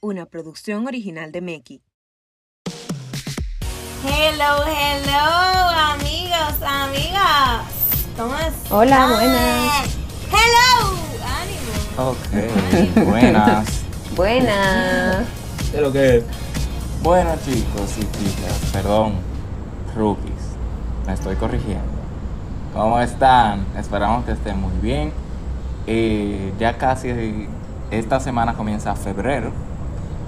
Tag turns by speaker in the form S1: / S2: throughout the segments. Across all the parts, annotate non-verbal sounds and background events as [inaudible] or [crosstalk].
S1: una producción original de Meki.
S2: Hello, hello, amigos, amigas. ¿Cómo están?
S3: Hola, buenas.
S2: Hello, ánimo.
S4: Ok, buenas. [laughs]
S3: Buenas.
S4: ¿Qué lo que Bueno, chicos y chicas, perdón, rookies, me estoy corrigiendo. ¿Cómo están? Esperamos que estén muy bien. Eh, ya casi esta semana comienza febrero,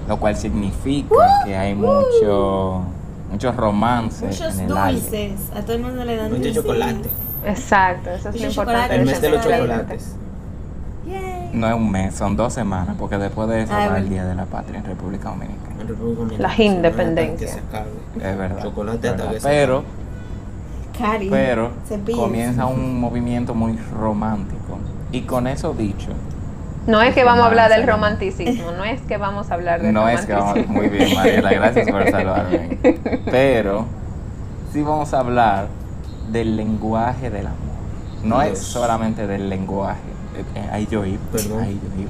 S4: lo cual significa que hay mucho, muchos romances
S2: Muchos
S4: en el aire.
S2: dulces. A todo el mundo le dan
S5: Mucho
S2: dulces.
S5: chocolate.
S3: Exacto, eso es
S2: Mucho
S3: lo importante.
S2: chocolate,
S5: El mes de los
S2: chocolate.
S5: chocolates.
S2: Yay.
S4: No es un mes, son dos semanas, porque después de eso
S2: Ay,
S4: va el
S2: bueno.
S4: Día de la Patria en República Dominicana.
S5: En República Dominicana,
S3: Las
S5: se van hasta
S3: independencias.
S5: que se acabe.
S4: Es verdad.
S5: Chocolate hasta
S4: ¿verdad?
S5: que se
S4: Pero
S2: Cari.
S4: Pero
S2: Cepillos.
S4: comienza un movimiento muy romántico. Y con eso dicho,
S3: No es que vamos a hablar del
S4: Romance.
S3: romanticismo, no es que vamos a hablar del
S4: no es que
S3: romanticismo.
S4: vamos muy bien, Mariela, gracias por saludarme. Pero sí vamos a hablar del lenguaje del amor. No es
S5: Dios.
S4: solamente del lenguaje. Eh, eh, Ahí yo iba.
S5: Perdón.
S4: ahí yo iba.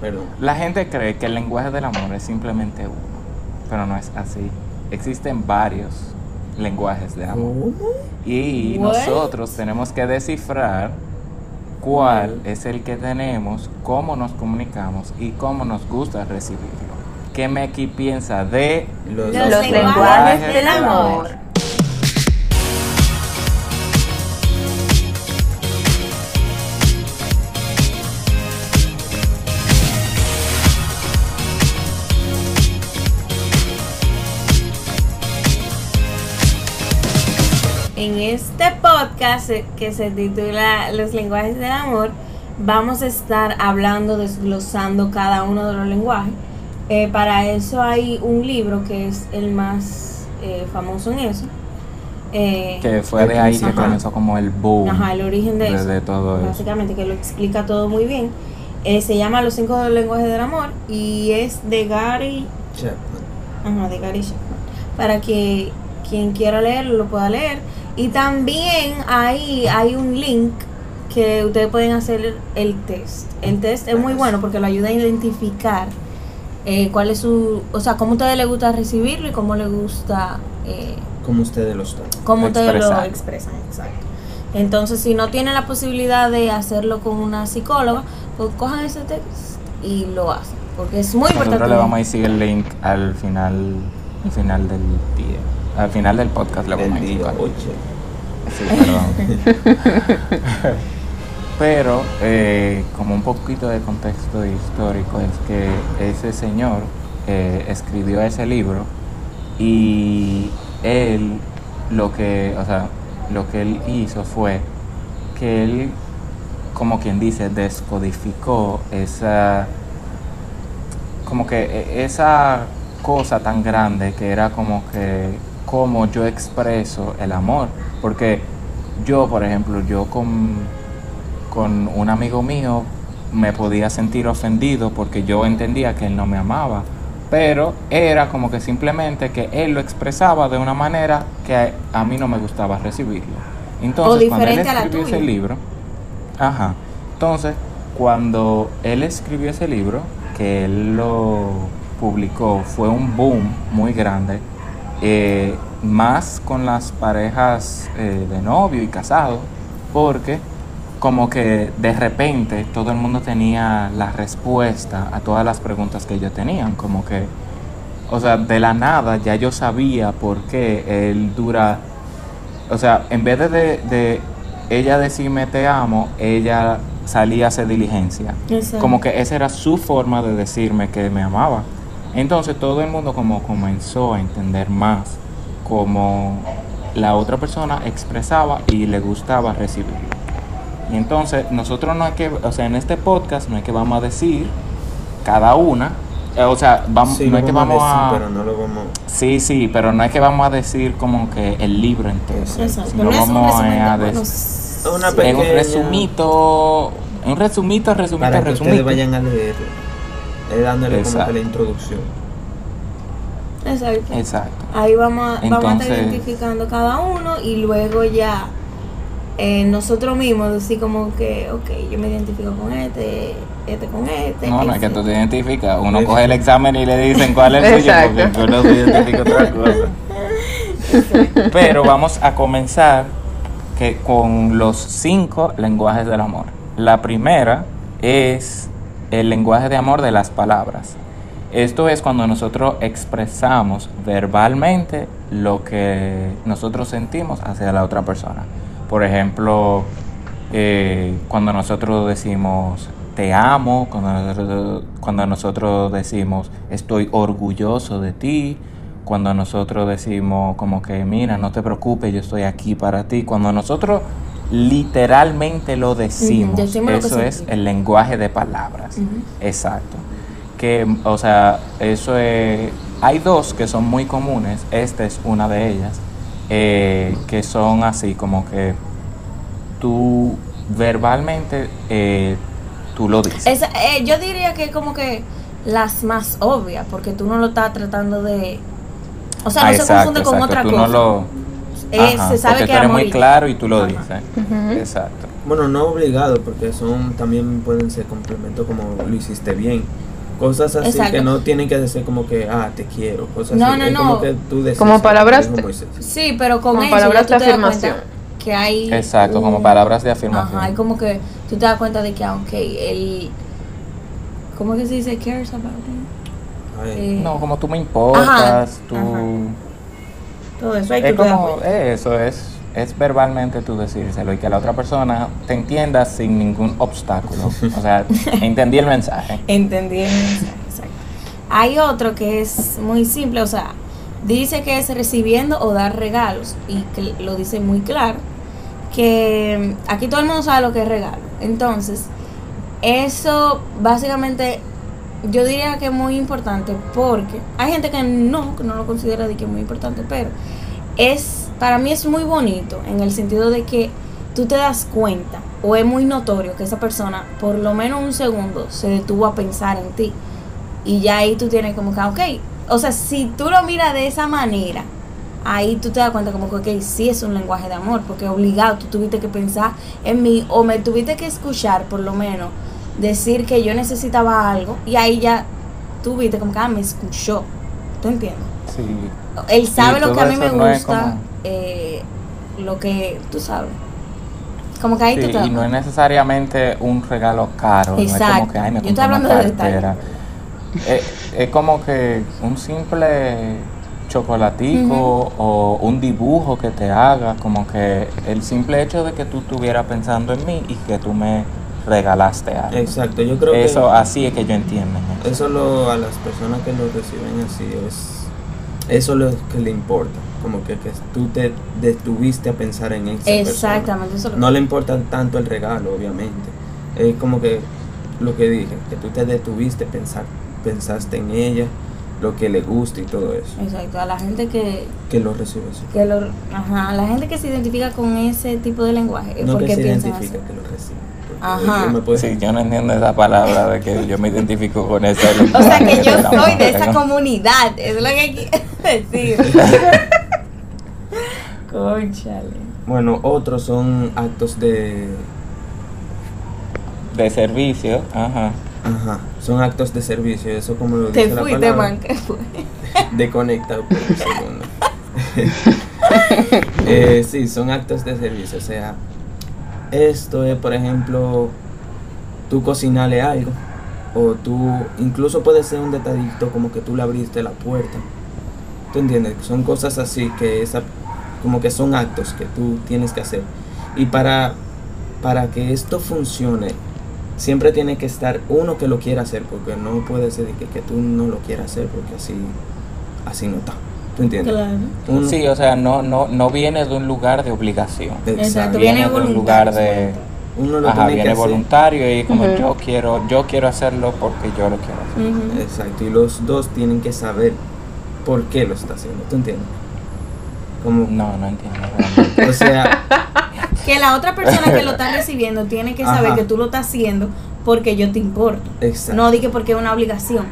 S5: Perdón.
S4: La gente cree que el lenguaje del amor es simplemente uno, pero no es así. Existen varios lenguajes de amor. Y
S2: What?
S4: nosotros tenemos que descifrar cuál es el que tenemos, cómo nos comunicamos y cómo nos gusta recibirlo. ¿Qué Meki piensa de
S5: Los,
S2: Los
S3: Los
S2: lenguajes
S3: lenguajes
S2: del
S3: del
S2: amor.
S3: amor.
S2: En este podcast eh, que se titula Los lenguajes del amor, vamos a estar hablando, desglosando cada uno de los lenguajes. Eh, para eso hay un libro que es el más eh, famoso en eso. Eh,
S4: que fue de ahí que
S2: Ajá.
S4: comenzó como el boom
S2: Ajá, el origen de
S4: de,
S2: eso.
S4: de todo eso?
S2: básicamente, que lo explica todo muy bien. Eh, se llama Los cinco lenguajes del amor y es de Gary,
S5: Chapman.
S2: ajá, de Gary Chapman. Para que quien quiera leerlo lo pueda leer. Y también ahí hay un link que ustedes pueden hacer el test. El test es muy bueno porque lo ayuda a identificar eh, cuál es su, o sea, cómo a ustedes les gusta recibirlo y cómo les gusta eh,
S5: Como ustedes los dan.
S2: cómo ustedes lo
S4: Expresar.
S2: expresan, exacto. Entonces, si no tienen la posibilidad de hacerlo con una psicóloga, pues cojan ese test y lo hacen, porque es muy importante.
S4: Nosotros le vamos a decir el link al final, al final del día. Al final del podcast le vamos a
S5: Del
S4: decir.
S5: día
S4: cuál.
S5: 8.
S4: [laughs] Sí, perdón. Pero, eh, como un poquito de contexto histórico, es que ese señor eh, escribió ese libro y él lo que, o sea, lo que él hizo fue que él, como quien dice, descodificó esa, como que eh, esa cosa tan grande que era como que cómo yo expreso el amor. Porque yo, por ejemplo, yo con, con un amigo mío me podía sentir ofendido porque yo entendía que él no me amaba. Pero era como que simplemente que él lo expresaba de una manera que a, a mí no me gustaba recibirlo. Entonces, cuando él
S2: diferente a la
S4: escribió ese
S2: tuya.
S4: libro, ajá. Entonces, cuando él escribió ese libro, que él lo publicó, fue un boom muy grande, eh, más con las parejas eh, de novio y casado, porque como que de repente todo el mundo tenía la respuesta a todas las preguntas que ellos tenían, como que, o sea, de la nada ya yo sabía por qué él dura o sea, en vez de, de- de ella decirme te amo, ella salía a hacer diligencia.
S2: Exacto.
S4: Como que esa era su forma de decirme que me amaba. Entonces todo el mundo como comenzó a entender más cómo la otra persona expresaba y le gustaba recibirlo. Y entonces nosotros no hay que, o sea, en este podcast no es que vamos a decir cada una, eh, o sea, vamos,
S5: Sí,
S4: no
S5: lo
S4: es que
S5: vamos
S4: vamos
S5: a
S4: a...
S5: decir, pero no lo vamos.
S4: Sí, sí, pero no es que vamos a decir como que el libro entero.
S2: Exacto,
S4: sino
S2: no es un
S4: vamos
S2: resumen,
S4: a
S2: bueno,
S4: decir
S2: sí.
S5: Una
S4: en un
S5: pequeña-
S4: resumito, un resumito, resumito,
S5: Para que
S4: resumito.
S5: ustedes vayan a leerlo. Es dándole como
S4: Exacto.
S5: que la introducción.
S2: Exacto.
S4: Exacto.
S2: Ahí vamos a, vamos a estar
S4: Entonces-
S2: identificando cada uno y luego ya eh, nosotros mismos decir como que, ok, yo me identifico con este, este con este.
S4: No, no es que
S2: este.
S4: tú te identificas. Uno
S5: Sí.
S4: coge el examen y le dicen cuál es el suyo, porque
S3: Exacto.
S4: tú no te identificas otra cosa. Pero vamos a comenzar que con los cinco lenguajes del amor. La primera es el lenguaje de amor de las palabras. Esto es cuando nosotros expresamos verbalmente lo que nosotros sentimos hacia la otra persona. Por ejemplo, eh, cuando nosotros decimos te amo, cuando nosotros, cuando nosotros decimos estoy orgulloso de ti, cuando nosotros decimos como que mira, no te preocupes, yo estoy aquí para ti, cuando nosotros literalmente lo decimos,
S2: decimos lo que
S4: eso es
S2: sentimos.
S4: el lenguaje de palabras.
S2: Ujú.
S4: Exacto. Que, o sea, eso es. Hay dos que son muy comunes. Esta es una de ellas. eh, que son así como que tú verbalmente eh, tú lo dices.
S2: Esa- eh, yo diría que es como que las más obvias, porque tú no lo estás tratando de... O sea, no
S4: Ah,
S2: se
S4: exacto,
S2: confunde con
S4: exacto,
S2: otra
S4: tú
S2: cosa.
S4: No lo,
S2: Eh,
S4: Ajá,
S2: se sabe
S4: porque
S2: que
S4: tú
S2: era
S4: eres muy claro y tú lo
S2: Ajá.
S4: dices.
S3: [laughs] Ujú.
S4: Exacto.
S5: Bueno, no obligado, porque son también pueden ser complementos como lo hiciste bien. Cosas así
S2: Exacto.
S5: que no tienen que decir como que, ah, te quiero. Cosas
S2: No,
S5: así.
S2: no,
S5: es
S2: no.
S5: Como, que tú decís,
S3: Como
S5: ah,
S3: palabras
S5: dijo
S3: te-
S5: Moisés.
S2: Sí, pero con,
S3: Con
S2: eso
S3: palabras
S2: ya tú
S3: de
S2: te das cuenta
S3: afirmación.
S2: Que hay...
S4: Exacto, como
S2: un-
S4: palabras de afirmación.
S2: Ajá, hay como que tú te das cuenta de que, ah, ok, el... ¿Cómo que se dice? Cares about me.
S5: Ay,
S2: Eh,
S4: No, como tú me importas, tú.
S2: ajá. Todo eso hay que
S4: Es como eh, eso, es, es verbalmente tú decírselo y que la otra persona te entienda sin ningún obstáculo. O sea, entendí
S2: [laughs]
S4: el mensaje.
S2: Entendí el mensaje, exacto. Hay otro que es muy simple, o sea, dice que es recibiendo o dar regalos y que lo dice muy claro, que mm, aquí todo el mundo sabe lo que es regalo. Entonces, eso básicamente yo diría que es muy importante porque hay gente que no, que no lo considera de que es muy importante, pero es, para mí es muy bonito en el sentido de que tú te das cuenta o es muy notorio que esa persona por lo menos un segundo se detuvo a pensar en ti. Y ya ahí tú tienes como que, ah, ok, o sea, si tú lo miras de esa manera, ahí tú te das cuenta como que, ok, sí es un lenguaje de amor, porque obligado tú tuviste que pensar en mí o me tuviste que escuchar por lo menos decir que yo necesitaba algo y ahí ya tú viste como que, ah, me escuchó. ¿Tú entiendes?
S4: Sí.
S2: Él sabe
S4: Y
S2: lo
S4: todo
S2: que a mí
S4: eso
S2: me
S4: no es
S2: gusta,
S4: como-
S2: eh, lo que tú sabes. Como que ahí tú
S4: Sí,
S2: te das
S4: y no es
S2: cuenta.
S4: necesariamente un regalo caro. No es como
S2: Exacto.
S4: que, ay, me
S2: Yo
S4: compré
S2: estoy
S4: una
S2: hablando de detalle.
S4: cartera. Es, es como que un simple chocolatico o un dibujo que te haga, como que el simple hecho de que tú estuvieras pensando en mí y que tú me regalaste algo.
S5: Exacto, yo creo
S4: eso
S5: que
S4: así es que yo entiendo. ¿no?
S5: eso lo, a las personas que lo reciben así es. Eso es lo que le importa. Como que, que tú te detuviste a pensar en esa persona.
S2: Exactamente, eso es lo
S5: No le importa tanto el regalo, obviamente. Es como que lo que dije, que tú te detuviste, pensar, pensaste en ella, lo que le gusta y todo eso.
S2: Exacto, a la gente que,
S5: Que lo recibe así.
S2: que lo, ajá, la gente que se identifica con ese tipo de lenguaje, es
S5: No que
S2: porque
S5: se
S2: piensan
S5: identifica, que lo recibe. Porque
S2: Ajá.
S5: yo me puedo-
S4: Pues Sí, yo no entiendo esa palabra de que yo me identifico con eso.
S2: así. [laughs] O sea
S4: [laughs]
S2: que yo
S4: Pero
S2: soy de
S4: no,
S2: esa
S4: no.
S2: comunidad, es lo que
S4: [laughs]
S2: quiero decir. Cónchale.
S5: Bueno, otros son actos de...
S4: De servicio, ajá.
S5: Ajá, son actos de servicio, eso como lo
S2: Te
S5: dice la
S2: fuiste,
S5: palabra.
S2: man, que fue.
S5: De conectar por un segundo. Eh, sí, son actos de servicio. O sea, esto es, por ejemplo, tú cocinarle algo. O tú, incluso puede ser un detallito como que tú le abriste la puerta. ¿Tú entiendes? Son cosas así que esa, como que son actos que tú tienes que hacer. Y para, para que esto funcione, siempre tiene que estar uno que lo quiera hacer, porque no puede ser de que, que tú no lo quieras hacer, porque así, así no está. ¿Tú entiendes?
S2: Claro.
S5: Uno-
S4: Sí, o sea, no, no, no viene de un lugar de obligación.
S2: Exacto,
S4: Viene
S2: viene
S4: de un
S2: voluntario,
S4: lugar de...
S5: Uno lo
S4: Ajá,
S5: tiene que
S4: viene
S5: hacer.
S4: voluntario y como
S3: Ujú.
S4: yo quiero yo quiero hacerlo porque yo lo quiero hacer.
S2: Ujú.
S5: Exacto, y los dos tienen que saber por qué lo está haciendo, ¿tú entiendes? Como,
S4: No, no entiendo. realmente.
S5: o sea,
S2: Que la otra persona que lo está recibiendo tiene que saber
S5: Ajá.
S2: que tú lo estás haciendo porque yo te importo.
S5: exacto,
S2: No dije porque es una obligación,
S5: ¿tú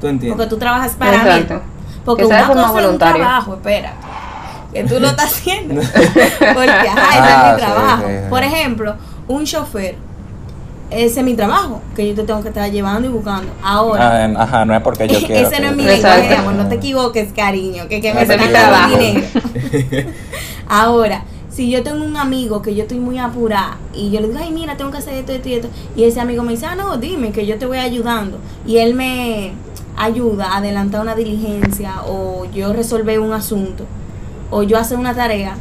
S2: porque
S5: entiendes?
S2: tú trabajas para mí.
S3: Exacto.
S2: Porque
S3: Que sea
S2: una
S3: como
S2: cosa es un
S3: voluntario.
S2: trabajo, espera. que tú lo estás
S4: [laughs]
S2: haciendo. Porque, ajá, ese
S4: Ah,
S2: es mi
S4: sí,
S2: trabajo.
S4: sí, sí.
S2: Por ejemplo, un chofer, ese es mi trabajo, que yo te tengo que estar llevando y buscando. Ahora,
S4: Ah, em, Ajá, no es porque
S2: [laughs]
S4: yo quiero.
S2: ese no es mi
S3: Exacto.
S2: lenguaje, mi amor, no te equivoques, cariño, que, que me
S3: Ese es mi
S2: sacan todo
S3: trabajo.
S2: el dinero.
S3: [laughs]
S2: Ahora, si yo tengo un amigo que yo estoy muy apurada y yo le digo, ay, mira, tengo que hacer esto, esto y esto, y ese amigo me dice, ah, no, dime que yo te voy ayudando, y él me ayuda a adelantar una diligencia o yo resolver un asunto o yo hacer una tarea,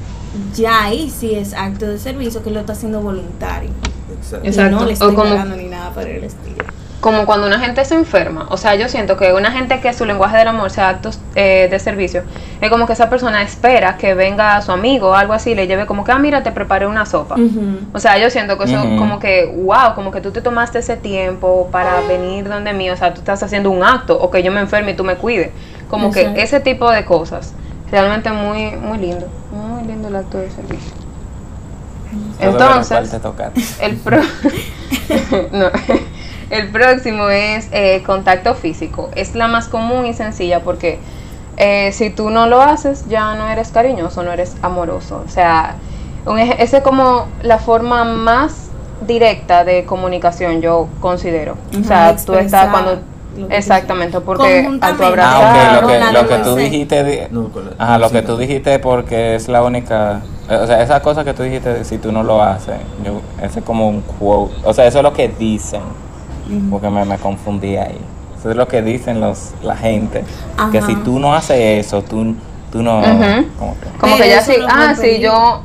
S2: ya ahí sí es acto de servicio que lo está haciendo voluntario.
S5: Exacto.
S2: Y
S3: Exacto.
S2: no le
S3: O
S2: estoy
S3: como-
S2: pagando ni nada por el estilo.
S3: como cuando una gente se enferma. O sea, yo siento que una gente que su lenguaje del amor sea actos eh, de servicio, es como que esa persona espera que venga su amigo o algo así, le lleve como que, ah, mira, te preparé una sopa.
S2: Ujú.
S3: O sea, yo siento que eso
S4: Ujú.
S3: como que, wow, como que tú te tomaste ese tiempo para venir donde mí, o sea, tú estás haciendo un acto, o que yo me enferme y tú me cuides. Como
S2: Exacto.
S3: que ese tipo de cosas, realmente muy, muy lindo, muy lindo el acto de servicio. Entonces, el, pro- [laughs] No. El próximo es eh, contacto físico. Es la más común y sencilla porque eh, si tú no lo haces, ya no eres cariñoso, no eres amoroso. O sea, un ej- esa es como la forma más directa de comunicación, yo considero. o sea,
S2: Ajá,
S3: tú estás
S2: expresar
S3: cuando...
S2: lo que tú
S3: Exactamente, porque al tu
S2: Conjuntamente.
S4: Ah, ok,
S3: abrazar...
S2: Claro,
S4: lo
S2: pues,
S4: que, lo
S2: la
S4: que
S2: del
S4: tú
S2: dulce.
S4: dijiste. de-
S5: No, con la-
S4: Ajá, lo
S5: sí,
S4: que
S5: no.
S4: tú dijiste porque es la única. eh, O sea, esa cosa que tú dijiste, si tú no lo haces, yo, ese es como un quote. O sea, eso es lo que dicen. Porque me, me confundí ahí. Eso es lo que dicen los, la gente. Que
S2: Ajá.
S4: si tú no haces eso, tú, tú no.
S3: Ujú.
S4: como que-
S3: Como que
S2: Pero
S3: ya
S2: eso
S3: si,
S2: no es
S3: ah,
S2: buen
S3: si
S2: peligro.
S3: yo,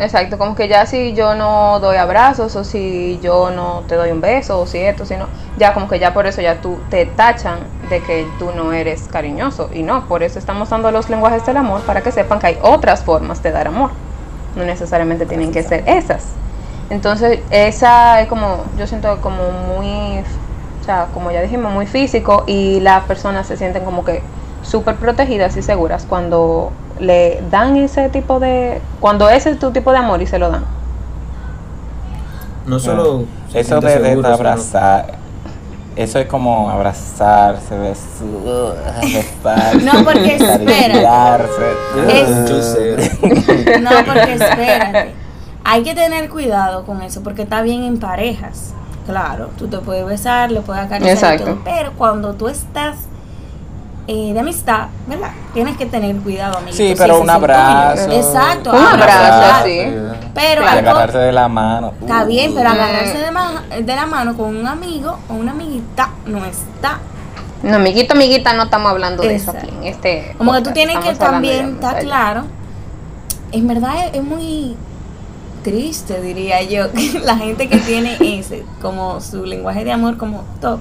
S3: exacto, como que ya si yo no doy abrazos o si yo no te doy un beso o si esto, si no, ya como que ya por eso ya tú te tachan de que tú no eres cariñoso y no, por eso estamos dando los lenguajes del amor para que sepan que hay otras formas de dar amor, no necesariamente tienen que ser esas. Entonces esa es como, yo siento como muy, o sea, como ya dijimos, muy físico y las personas se sienten como que súper protegidas y seguras cuando le dan ese tipo de, cuando ese es tu tipo de amor y se lo dan.
S5: No solo. se
S4: Eso
S5: siente
S4: de, de
S5: seguro, sino-
S4: abrazar. Eso es como abrazarse, besar, besar.
S2: [laughs] No,
S4: [laughs]
S2: porque espera.
S4: acariciarse.
S2: Es-
S4: [laughs]
S5: Yo sé.
S2: No, porque espérate. Hay que tener cuidado con eso, porque está bien en parejas. Claro, tú te puedes besar, le puedes acariciar. y
S3: Exacto.
S2: todo, pero cuando tú estás eh, de amistad, ¿verdad? Tienes que tener cuidado, amiguito.
S4: Sí,
S2: si
S4: pero
S2: se
S4: un
S2: siente bien.
S4: abrazo.
S2: Exacto.
S3: Un abrazo,
S2: abrazar.
S3: sí.
S2: Pero
S4: Y
S2: algo-
S4: agarrarse de la mano.
S2: está
S4: Uh.
S2: bien, pero
S3: Mm.
S2: agarrarse de, ma- de la mano con un amigo o una amiguita no está.
S3: No, amiguito, amiguita, no estamos hablando de eso aquí.
S2: Exacto.
S3: en este
S2: Como que tú
S3: podcast.
S2: tienes que
S3: Estamos hablando
S2: también
S3: ya más
S2: estar
S3: allá.
S2: claro. En verdad es, es muy triste, diría yo, [laughs] que la gente que tiene ese, como su lenguaje de amor como top.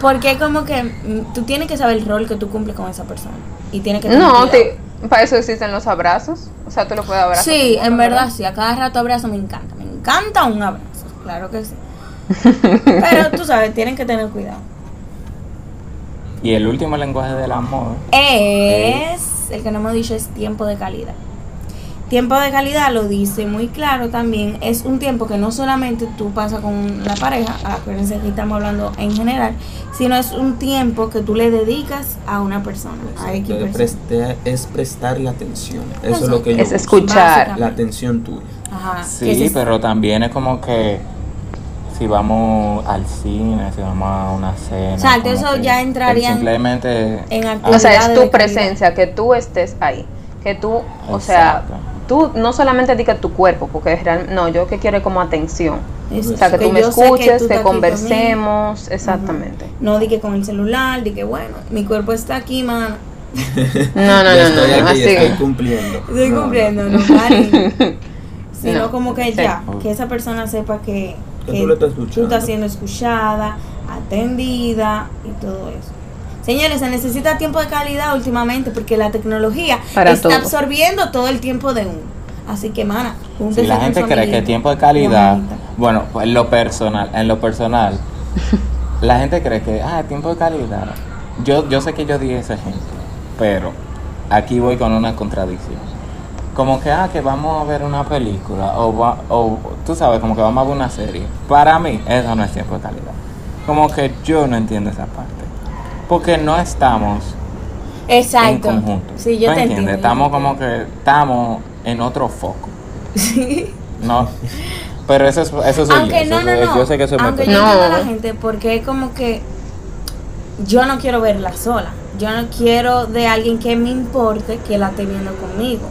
S2: Porque es como que mm, tú tienes que saber el rol que tú cumples con esa persona. Y tienes que tener
S3: No,
S2: cuidado.
S3: te- para eso existen los abrazos. O sea, tú lo puedes abrazar.
S2: Sí,
S3: como
S2: en
S3: tú,
S2: verdad sí, a cada rato abrazo me encanta. Me encanta un abrazo, claro que
S3: [laughs]
S2: sí. Pero tú sabes, tienen que tener cuidado.
S4: Y el último lenguaje del amor.
S2: es el que no hemos dicho es tiempo de calidad. Tiempo de calidad lo dice muy claro también. Es un tiempo que no solamente tú pasas con la pareja, acuérdense que estamos hablando en general, sino es un tiempo que tú le dedicas a una persona, a X
S5: Entonces,
S2: persona.
S5: preste- es prestarle atención. Eso es lo que yo.
S3: Es
S5: busco.
S3: escuchar.
S5: La atención tuya.
S2: Ajá. que
S4: Sí,
S2: se-
S4: pero también es como que si vamos al cine, si vamos a una cena.
S2: Exacto,
S4: como
S2: eso
S4: que
S2: ya entraría en-
S4: Simplemente.
S2: en
S3: O sea, es
S2: Cuidado
S3: tu
S2: de calidad.
S3: presencia, que tú estés ahí. Que tú, o sea,
S4: Exacto.
S3: tú no solamente digas tu cuerpo, porque es real, no, yo que quiero es como atención.
S2: Eso,
S3: O sea, que tú me
S2: yo sé tú
S3: escuches,
S2: estás
S3: que
S2: aquí conmigo.
S4: [laughs]
S3: conversemos, exactamente.
S2: No di que con el celular, di que bueno, mi cuerpo está aquí, mano.
S3: No, no,
S5: Ya
S3: no,
S5: estoy
S3: no, no,
S5: aquí,
S3: así.
S5: estoy cumpliendo.
S2: Estoy
S5: No, no.
S2: cumpliendo,
S4: [laughs]
S2: no, Karen. Sino
S3: No,
S2: como que
S3: sí.
S2: ya, que esa persona sepa que,
S5: Que tú lo estás escuchando.
S2: tú estás siendo escuchada, atendida y todo eso. Señores, se necesita tiempo de calidad últimamente porque la tecnología
S3: Para
S2: está
S3: todo.
S2: absorbiendo todo el tiempo de uno. Así que, mana,
S4: Si
S2: júntese
S4: la
S2: con
S4: gente
S2: su
S4: cree que
S2: amiguito.
S4: tiempo de calidad,
S2: Llamadita.
S4: bueno, pues, en lo personal, en lo personal, la gente cree que, ah, tiempo de calidad. Yo, yo sé que yo di ese ejemplo, pero aquí voy con una contradicción. Como que, ah, que vamos a ver una película, o, va- o tú sabes, como que vamos a ver una serie. Para mí, eso no es tiempo de calidad. Como que yo no entiendo esa parte. Porque no estamos
S2: Exacto.
S4: en conjunto.
S2: Sí, yo
S4: ¿Tú
S2: te
S4: entiendes?
S2: entiendo.
S4: Estamos como que estamos en
S2: [laughs]
S4: otro foco. No. Pero eso es, eso soy
S2: Aunque
S4: yo.
S2: no,
S4: eso
S2: no,
S4: soy-
S2: no.
S4: Yo sé que eso es
S2: Aunque
S4: mi
S2: yo
S3: No.
S2: entiendo a la gente porque es como que yo no quiero verla sola. Yo no quiero de alguien que me importe que la esté viendo conmigo.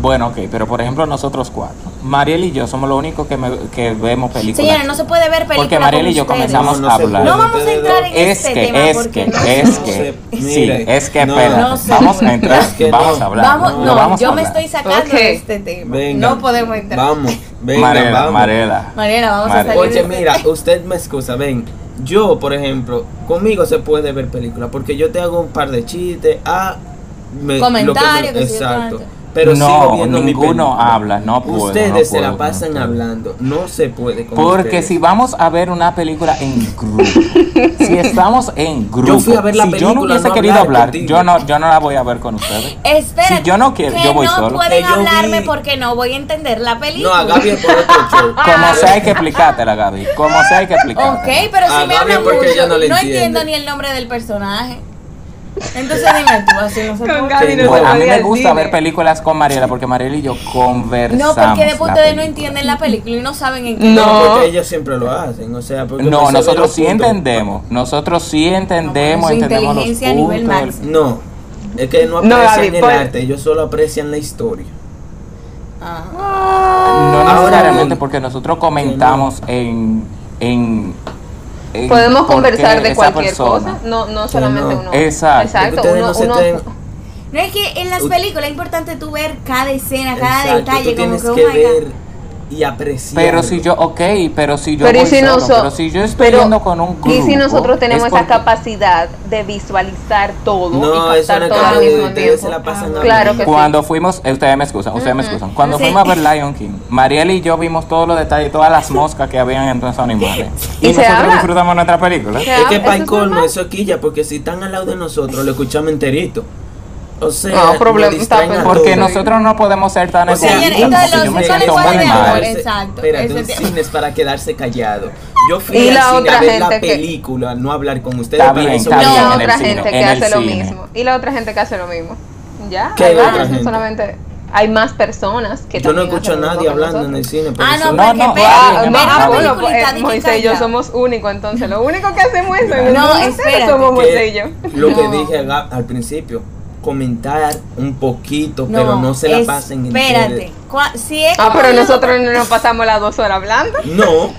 S4: Bueno, ok, pero por ejemplo nosotros cuatro. Mariel y yo somos los únicos que, me- que vemos películas.
S2: Señores, no se puede ver películas
S4: Porque Mariel y
S2: con
S4: yo
S2: ustedes.
S4: comenzamos
S5: No, no
S4: a
S5: se
S4: hablar.
S5: puede.
S2: No vamos a entrar en
S4: es
S2: este
S4: que,
S2: tema
S4: es
S2: porque
S4: que,
S2: no
S4: es
S2: sé.
S4: que,
S5: No sé.
S4: sí,
S5: Mire,
S4: es que,
S5: no,
S4: espérate,
S5: no
S2: sé.
S4: vamos a entrar,
S5: Es que
S4: vamos
S5: no.
S4: a hablar.
S2: Vamos,
S5: no,
S2: no,
S4: vamos a
S2: yo me
S4: hablar.
S2: estoy sacando
S3: Ok.
S2: de este tema.
S5: Venga.
S2: No podemos entrar.
S5: Vamos, venga,
S4: Mariela,
S5: vamos.
S4: Mariela.
S2: Mariela, vamos a
S4: Mariela.
S2: salir de
S5: Oye,
S2: este
S5: mira, usted me excusa, ven. Yo, por ejemplo, conmigo se puede ver película porque yo te hago un par de chistes, ah, me, lo que me-
S2: Comentario, que sí,
S5: exacto.
S2: cuánto.
S5: Pero
S4: No,
S5: sigo viendo mi
S4: ninguno
S5: película.
S4: habla, no puedo,
S5: Ustedes
S4: no
S5: se la
S4: puedo,
S5: pasan
S4: no puedo.
S5: hablando, no se puede. con
S4: Porque
S5: ustedes.
S4: si vamos a ver una película en grupo, si estamos en grupo,
S5: Yo fui a ver la
S4: si yo
S5: película,
S4: no hubiese
S5: no
S4: querido
S5: hablar
S4: hablar,
S5: contigo.
S4: yo no, yo no la voy a ver con ustedes.
S2: Espera,
S4: Si yo no quiero,
S2: que
S4: yo voy
S2: no
S4: solo.
S2: pueden
S5: Que yo
S2: hablarme
S5: vi-
S2: porque no voy a entender la
S5: No,
S2: película.
S5: a Gaby es por otro
S4: [laughs]
S5: show.
S4: Como sea, hay que explicártela, Gaby. Como sea, hay que
S2: Ok,
S4: explicártela.
S2: pero
S5: A
S2: si me
S5: Gaby
S2: hablan
S5: porque
S2: mucho,
S5: ella Ah, no
S2: no,
S5: le entiende.
S2: entiendo ni el nombre del personaje. Entonces dime tú,
S3: [laughs]
S2: así no se
S3: Con
S2: puede.
S3: Gaby
S5: Bueno,
S3: no se
S4: Pues a mí
S3: puede
S4: me
S3: al
S4: gusta
S3: cine.
S4: ver películas con Mariela porque Mariela y yo conversamos.
S2: No, porque después
S4: la
S2: ustedes no
S4: película.
S2: entienden la película y no saben en qué.
S3: No.
S5: Porque ellos siempre lo hacen, o sea, porque
S4: No,
S5: Mercedes
S4: nosotros
S5: lo
S4: sí
S5: apuntó.
S4: entendemos. Nosotros sí entendemos,
S2: su
S4: entendemos los
S2: inteligencia a nivel
S4: puntos,
S2: máximo.
S5: No, es que no aprecian
S3: No, Gaby, pues.
S5: el
S3: por-
S5: arte, ellos solo aprecian la historia.
S2: Ah.
S4: No
S5: Ahora
S4: necesariamente
S5: bien.
S4: porque nosotros comentamos en, en, en
S3: Podemos
S4: por qué
S3: conversar de
S4: esa
S3: cualquier
S4: persona.
S3: cosa, no, no solamente
S5: no.
S3: uno.
S4: Exacto.
S5: Porque ustedes
S3: uno,
S5: no se
S3: uno-
S5: tienen-
S2: No es que en las
S5: Ut-
S2: películas es importante tú ver cada escena, cada
S5: Exacto,
S2: detalle,
S5: tú
S2: como
S5: tienes
S2: que, oh
S5: que
S2: my God.
S5: ver y apreciar.
S4: Pero si yo, ok, pero si yo
S3: Pero y
S4: voy
S3: si
S4: solo,
S3: noso-
S4: pero si yo estoy
S3: pero-
S4: yendo con un grupo.
S3: Y si nosotros tenemos
S4: es
S3: esa
S4: porque-
S3: capacidad de visualizar todo
S5: No,
S3: y
S5: eso
S3: captar
S5: no es
S3: todo al
S5: cosa de
S3: mismo
S5: ustedes, se
S3: tiempo.
S5: la pasan
S2: Ah,
S5: hablando.
S3: claro que sí.
S4: Cuando fuimos, eh, ustedes me excusan, ustedes me excusan. Cuando
S2: Sí.
S4: fuimos a ver Lion King, Mariel y yo vimos todos los detalles, todas las moscas que habían en esos animales. Y,
S3: Y se
S4: nosotros
S3: habla.
S4: disfrutamos nuestra película.
S3: Se
S5: Es que
S3: Eso
S5: para el
S3: es
S5: colmo
S3: normal.
S5: eso es quilla, porque si están al lado de nosotros, lo escuchamos enterito. O sea,
S3: No,
S5: nos
S3: problema,
S5: distraen
S3: está pues,
S5: a
S3: pensando.
S4: Porque
S5: todos.
S4: nosotros no podemos ser tan
S5: O sea,
S2: Señores,
S4: egoístas,
S2: entonces
S4: porque
S2: los
S4: yo me
S2: cine
S4: siento
S2: fue
S4: muy
S2: de
S4: mal.
S2: amor. exacto,
S5: Espérate,
S2: ese
S5: un
S2: tiempo.
S5: cine es para quedarse callado. Yo fui
S3: Y
S5: al
S3: la
S5: cine
S3: otra
S5: a ver la
S3: gente que-
S5: película, no a hablar con ustedes.
S4: Está
S5: para
S4: bien,
S5: eso
S4: está
S5: me
S4: bien,
S3: y la
S5: llaman.
S4: en el
S3: otra
S4: cine,
S3: gente que
S4: en el
S3: hace lo
S4: cine.
S3: mismo. Y la otra gente que hace lo mismo. Ya,
S5: ¿Qué
S3: hay
S5: otra
S3: varias, no
S5: gente?
S3: solamente hay más personas que
S5: Yo no
S3: también
S5: escucho a
S3: hacen lo mismo
S5: nadie
S3: que
S5: hablando en
S3: nosotros.
S5: el cine. por
S2: Ah,
S5: eso-
S2: no,
S4: No,
S2: pero
S4: no,
S2: que espera,
S4: ah, no,
S2: ver
S4: ah,
S2: una
S4: bueno,
S2: película
S3: pues,
S2: y está
S3: eh,
S2: de que
S3: Moisés y yo
S2: calla.
S3: somos únicos, entonces lo único que hacemos es
S4: No,
S3: no,
S2: espérate,
S3: somos Moisés y yo.
S5: que lo que
S2: [laughs] No.
S5: dije al, al principio, comentar un poquito,
S2: No,
S5: pero no se la pasen
S2: Espérate.
S5: entera.
S2: Cua- Si es
S3: Ah,
S2: como
S3: pero
S2: una-
S3: nosotros no nos pasamos las dos horas hablando.
S5: No,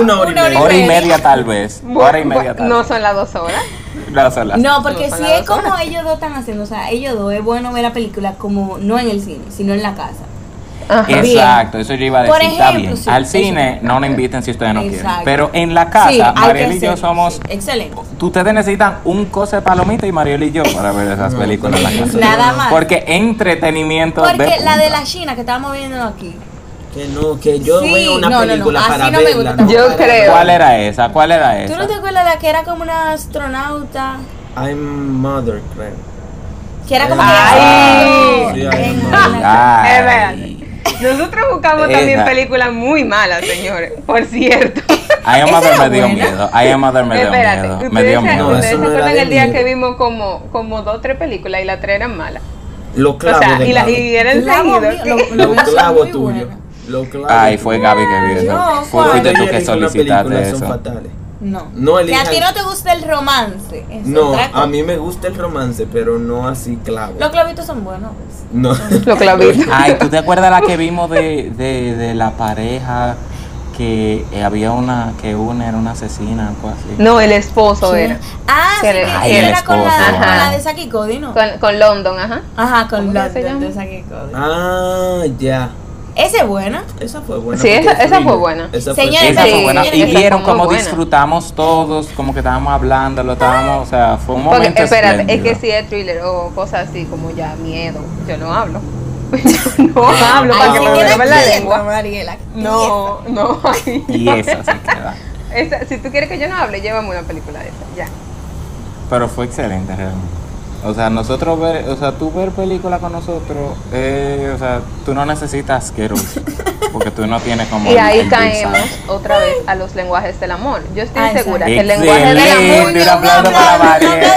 S5: una hora y
S2: una hora y
S5: media.
S4: Hora y media tal vez. Hora y media tal
S3: No
S4: vez.
S3: son las dos horas.
S4: No son las-
S2: No, porque
S3: No,
S2: si
S3: para
S2: es
S3: dos
S2: como
S3: horas.
S2: ellos dos están haciendo, o sea, ellos dos es bueno ver la película como no en el cine, sino en la casa.
S3: Ajá.
S2: Bien.
S4: Exacto, eso yo iba a
S2: Por
S4: decir. está
S2: ejemplo,
S4: bien.
S2: sí,
S4: Al
S2: eso.
S4: cine no nos inviten si ustedes no quieren.
S2: Exacto.
S4: Pero en la casa,
S2: Sí, hay que
S4: Mariel y yo
S2: hacer-
S4: somos.
S2: sí, excelente.
S4: Ustedes necesitan un coso de palomita y Mariel y yo para ver esas
S5: No,
S4: películas en la casa.
S2: Nada más.
S4: Porque entretenimiento de
S2: Porque la
S4: punta.
S2: de la China que estábamos viendo aquí.
S5: Que no, que yo
S2: Sí,
S5: veo una
S2: no, no, no,
S5: película
S2: así
S5: para
S2: no me
S5: verla.
S2: gusta.
S3: Yo
S5: para-
S3: creo.
S4: ¿Cuál era esa? ¿Cuál era
S2: ¿Tú
S4: esa?
S2: no te acuerdas de la que era como una astronauta?
S5: I'm mother, creo.
S2: Que era como
S3: Ay.
S2: que.
S5: Sí, ay,
S2: En
S5: mamá.
S2: la-
S4: Ay.
S3: Es verdad. Nosotros buscamos también
S4: Esa.
S3: películas muy malas, señores. Por cierto.
S4: I Am
S2: Esa
S4: Mother
S2: era
S4: me dio
S2: buena.
S4: miedo. I Am Mother me dio
S3: Espérate,
S4: miedo. Me
S3: ustedes,
S4: dio
S3: se-
S5: No,
S4: miedo.
S3: ustedes se
S5: eso no era
S3: acuerdan
S5: de
S3: el día
S5: miedo.
S3: que vimos como, como dos o tres películas y las tres eran malas.
S5: Lo
S3: O
S5: clavo
S3: sea,
S5: de
S3: y, la,
S5: Gaby.
S3: y eran
S2: Clavo mío,
S3: seguidos.
S2: lo-
S5: Lo
S2: lo
S5: clavo
S2: muy
S5: tuyo.
S2: buena.
S5: Lo clavo.
S4: Ay, fue Gaby que vio eso.
S2: No,
S4: Fue-
S2: fue-
S4: Fuiste tú
S5: Yo
S4: que
S5: elijo una película,
S4: solicitaste
S5: Son
S4: eso.
S5: fatales.
S2: No.
S5: No
S2: Que a
S5: elijan-
S2: ti no te gusta el romance. es
S5: No,
S2: otra cosa.
S5: a mí me gusta el romance, pero no así clavo.
S2: Los clavitos son buenos. pues.
S5: No.
S3: [laughs]
S5: [laughs]
S3: Lo clavito.
S4: Ay, ¿tú te acuerdas la que vimos de, de, de la pareja que eh, había una, que una era una asesina, algo así?
S3: No, el esposo
S2: Sí.
S3: era.
S2: Ah, sí,
S3: Que
S2: que
S3: le-
S2: esa
S3: Ay,
S4: el
S2: era con la,
S4: esposo,
S2: con la
S4: ajá.
S2: de Saki Cody, ¿no?
S3: Con, con London, ajá.
S2: Ajá, con
S3: ¿Cómo
S2: la
S3: que se
S2: de,
S3: llama?
S2: de Saki Cody.
S5: Ah, ya.
S2: Esa es buena.
S5: Esa fue buena.
S3: Sí, esa-
S5: porque
S3: esa
S5: fui-
S3: fue buena.
S5: Esa
S2: Señores,
S4: Esa
S3: Sí,
S4: fue buena. Y
S3: esa fue
S4: vieron
S3: muy
S4: cómo
S3: buena.
S4: disfrutamos todos, como que estábamos hablando, lo estábamos, o sea, fue un
S3: Porque,
S4: momento
S3: espérate, es
S4: espléndido.
S3: que si es thriller o cosas así como ya miedo, yo no hablo. [laughs] Yo no
S4: Ah,
S3: hablo para
S5: Ay,
S3: que
S5: sí
S3: me
S5: que no
S3: duerma la
S2: quieta,
S3: lengua.
S2: Mariela,
S3: No, no. ay,
S4: Y
S3: no.
S4: esa se queda.
S3: [laughs] Esa- si tú quieres que yo no hable, llévame una película de esa. Ya.
S4: Pero fue excelente realmente. O sea, nosotros ver, o sea, tú ver películas con nosotros, eh, o sea, tú no necesitas Skittles, porque tú no tienes como
S3: Y
S4: el-
S3: ahí
S4: el
S3: caemos
S4: dulzante.
S3: otra vez a los lenguajes del amor. Yo estoy
S2: Ah, exacto.
S3: segura que el lenguaje del
S4: Excelente,
S3: amor.
S4: un aplauso para Mariela.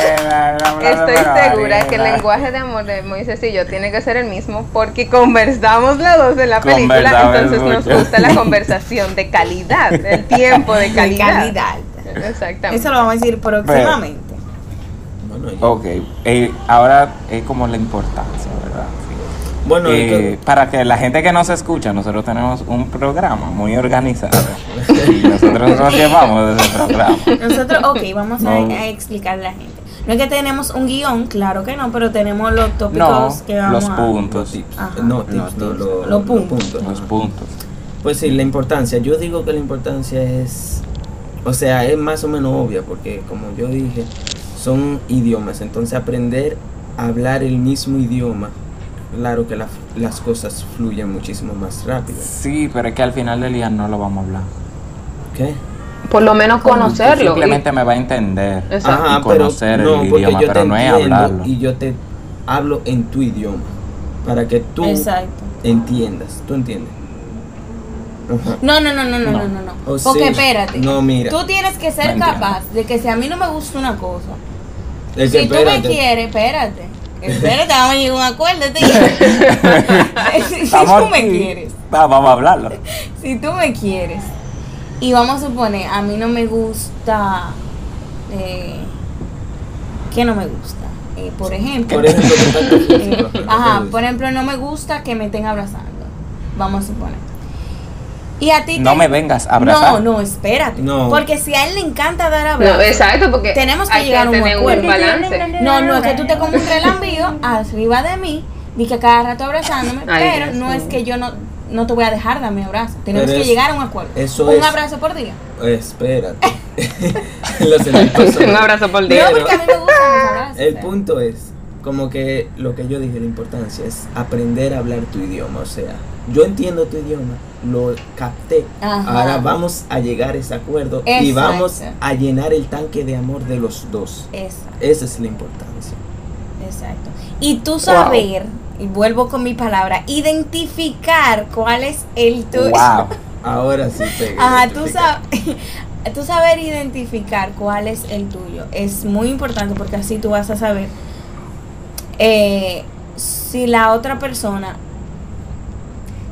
S4: un aplauso
S3: Estoy segura que el lenguaje de amor de Moisés y yo tiene que ser el mismo porque conversamos los dos en la película,
S4: Conversamos
S3: entonces nos
S4: mucho.
S3: gusta la [laughs] conversación de calidad, el tiempo de
S2: De
S3: calidad.
S2: calidad.
S3: Exactamente.
S2: Eso lo vamos a decir próximamente.
S5: Bueno, y-
S4: Ok, eh, ahora es como la importancia, ¿verdad? Sí.
S5: bueno y
S4: Eh,
S5: que-
S4: para que la gente que nos escucha, nosotros tenemos un programa muy organizado y nosotros nos llevamos de ese programa.
S2: Nosotros, ok, vamos a,
S4: No.
S2: a explicarle a la gente. No es que tenemos un guión, claro que no, pero tenemos los
S4: No,
S2: tópicos que vamos
S4: los
S2: a...
S5: los
S4: puntos,
S5: tips.
S2: Ajá.
S5: No, tips,
S4: Los
S5: no,
S4: tips.
S5: lo-
S2: Los
S5: los
S2: puntos.
S5: puntos.
S4: los
S5: ajá.
S4: puntos.
S5: Pues sí, la importancia. Yo digo que la importancia es, o sea, es más o menos obvia, porque como yo dije, son idiomas. Entonces aprender a hablar el mismo idioma, claro que la- las cosas fluyen muchísimo más rápido.
S4: Sí, pero es que al final del día no lo vamos a hablar.
S5: ¿Qué?
S3: Por lo menos conocerlo.
S4: Simplemente me va a entender.
S3: Exacto.
S4: y conocer el idioma, pero no es
S2: [laughs]
S4: hablarlo.
S5: y yo te hablo en tu idioma, para que tú
S2: Exacto.
S5: entiendas. ¿Tú entiendes? Ajá.
S2: No, no, no, no, no,
S4: No.
S2: no, no. no.
S5: O
S2: Porque
S5: sí.
S2: espérate.
S5: No, mira.
S2: Tú tienes que ser
S4: Mentira.
S2: capaz de que si a mí no me gusta una cosa,
S5: Es que
S2: si tú me
S5: espérate.
S2: quieres,
S5: [laughs]
S2: espérate. Espérate, vamos a llegar a un acuerdo. te- [laughs] si tú
S4: Vamos-
S2: me quieres,
S4: Va- vamos a hablarlo.
S2: si tú me quieres, y vamos a suponer, a mí no me gusta. Eh, ¿Qué no me gusta? Eh, por ejemplo. [laughs]
S5: Por ejemplo, [laughs] contacto físico.
S2: Eh, Ajá, por ejemplo, no me gusta que me estén abrazando. Vamos a suponer. Y a ti
S4: No
S2: te-
S4: me vengas a abrazar.
S2: No, no, espérate.
S5: No.
S2: Porque si a él le encanta dar abrazos.
S3: No, exacto, porque
S2: Tenemos que
S3: hay
S2: llegar a un
S3: tener
S2: acuerdo.
S3: [laughs] balance.
S2: No, no, es que tú te comes un relambido arriba de mí, di que cada rato abrazándome,
S3: Ay,
S2: pero
S3: Dios
S2: no
S3: mío.
S2: es que yo no, no te voy a dejar darme abrazo. Tenemos
S5: Pero
S2: que
S5: es-
S2: llegar a un acuerdo.
S5: eso
S2: un
S5: es-
S2: abrazo por día.
S5: Pues, Espérate. [laughs] Lo
S2: [laughs]
S5: sentí pasar.
S3: Un abrazo por
S2: No,
S3: día.
S2: porque a mí me gustan los abrazos.
S5: [laughs] El
S2: eh.
S5: punto es, como que lo que yo dije, la importancia es aprender a hablar tu idioma. O sea, yo entiendo tu idioma, lo capté.
S2: Ajá.
S5: Ahora vamos a llegar a ese acuerdo y
S2: Exacto.
S5: vamos a llenar el tanque de amor de los dos.
S2: Exacto.
S5: Esa es la importancia.
S2: Exacto. Y tú saber, y vuelvo con mi palabra, identificar cuál es el tu
S4: Wow.
S5: Ahora sí, pega.
S2: Ajá, tú,
S5: identifica.
S2: sab- [laughs] tú saber identificar cuál es el tuyo es muy importante porque así tú vas a saber eh, si la otra persona,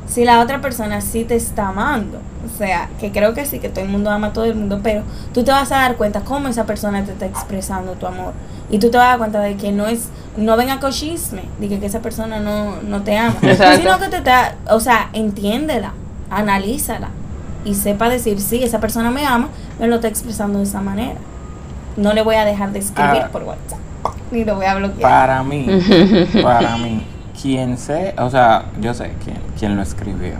S2: si la otra persona sí te está amando. O sea, que creo que sí, que todo el mundo ama a todo el mundo, pero tú te vas a dar cuenta cómo esa persona te está expresando tu amor. Y tú te vas a dar cuenta de que no es, no venga con chisme, de que, que esa persona no, no te ama.
S3: Exacto.
S2: Sino que te está, o sea, entiéndela, analízala y sepa decir, sí, esa persona me ama, me lo está expresando de esa manera. No le voy a dejar de escribir
S4: Ah.
S2: por WhatsApp, ni lo voy a bloquear.
S4: Para mí, para mí, quien sé, o sea, yo sé quién, quién lo escribió.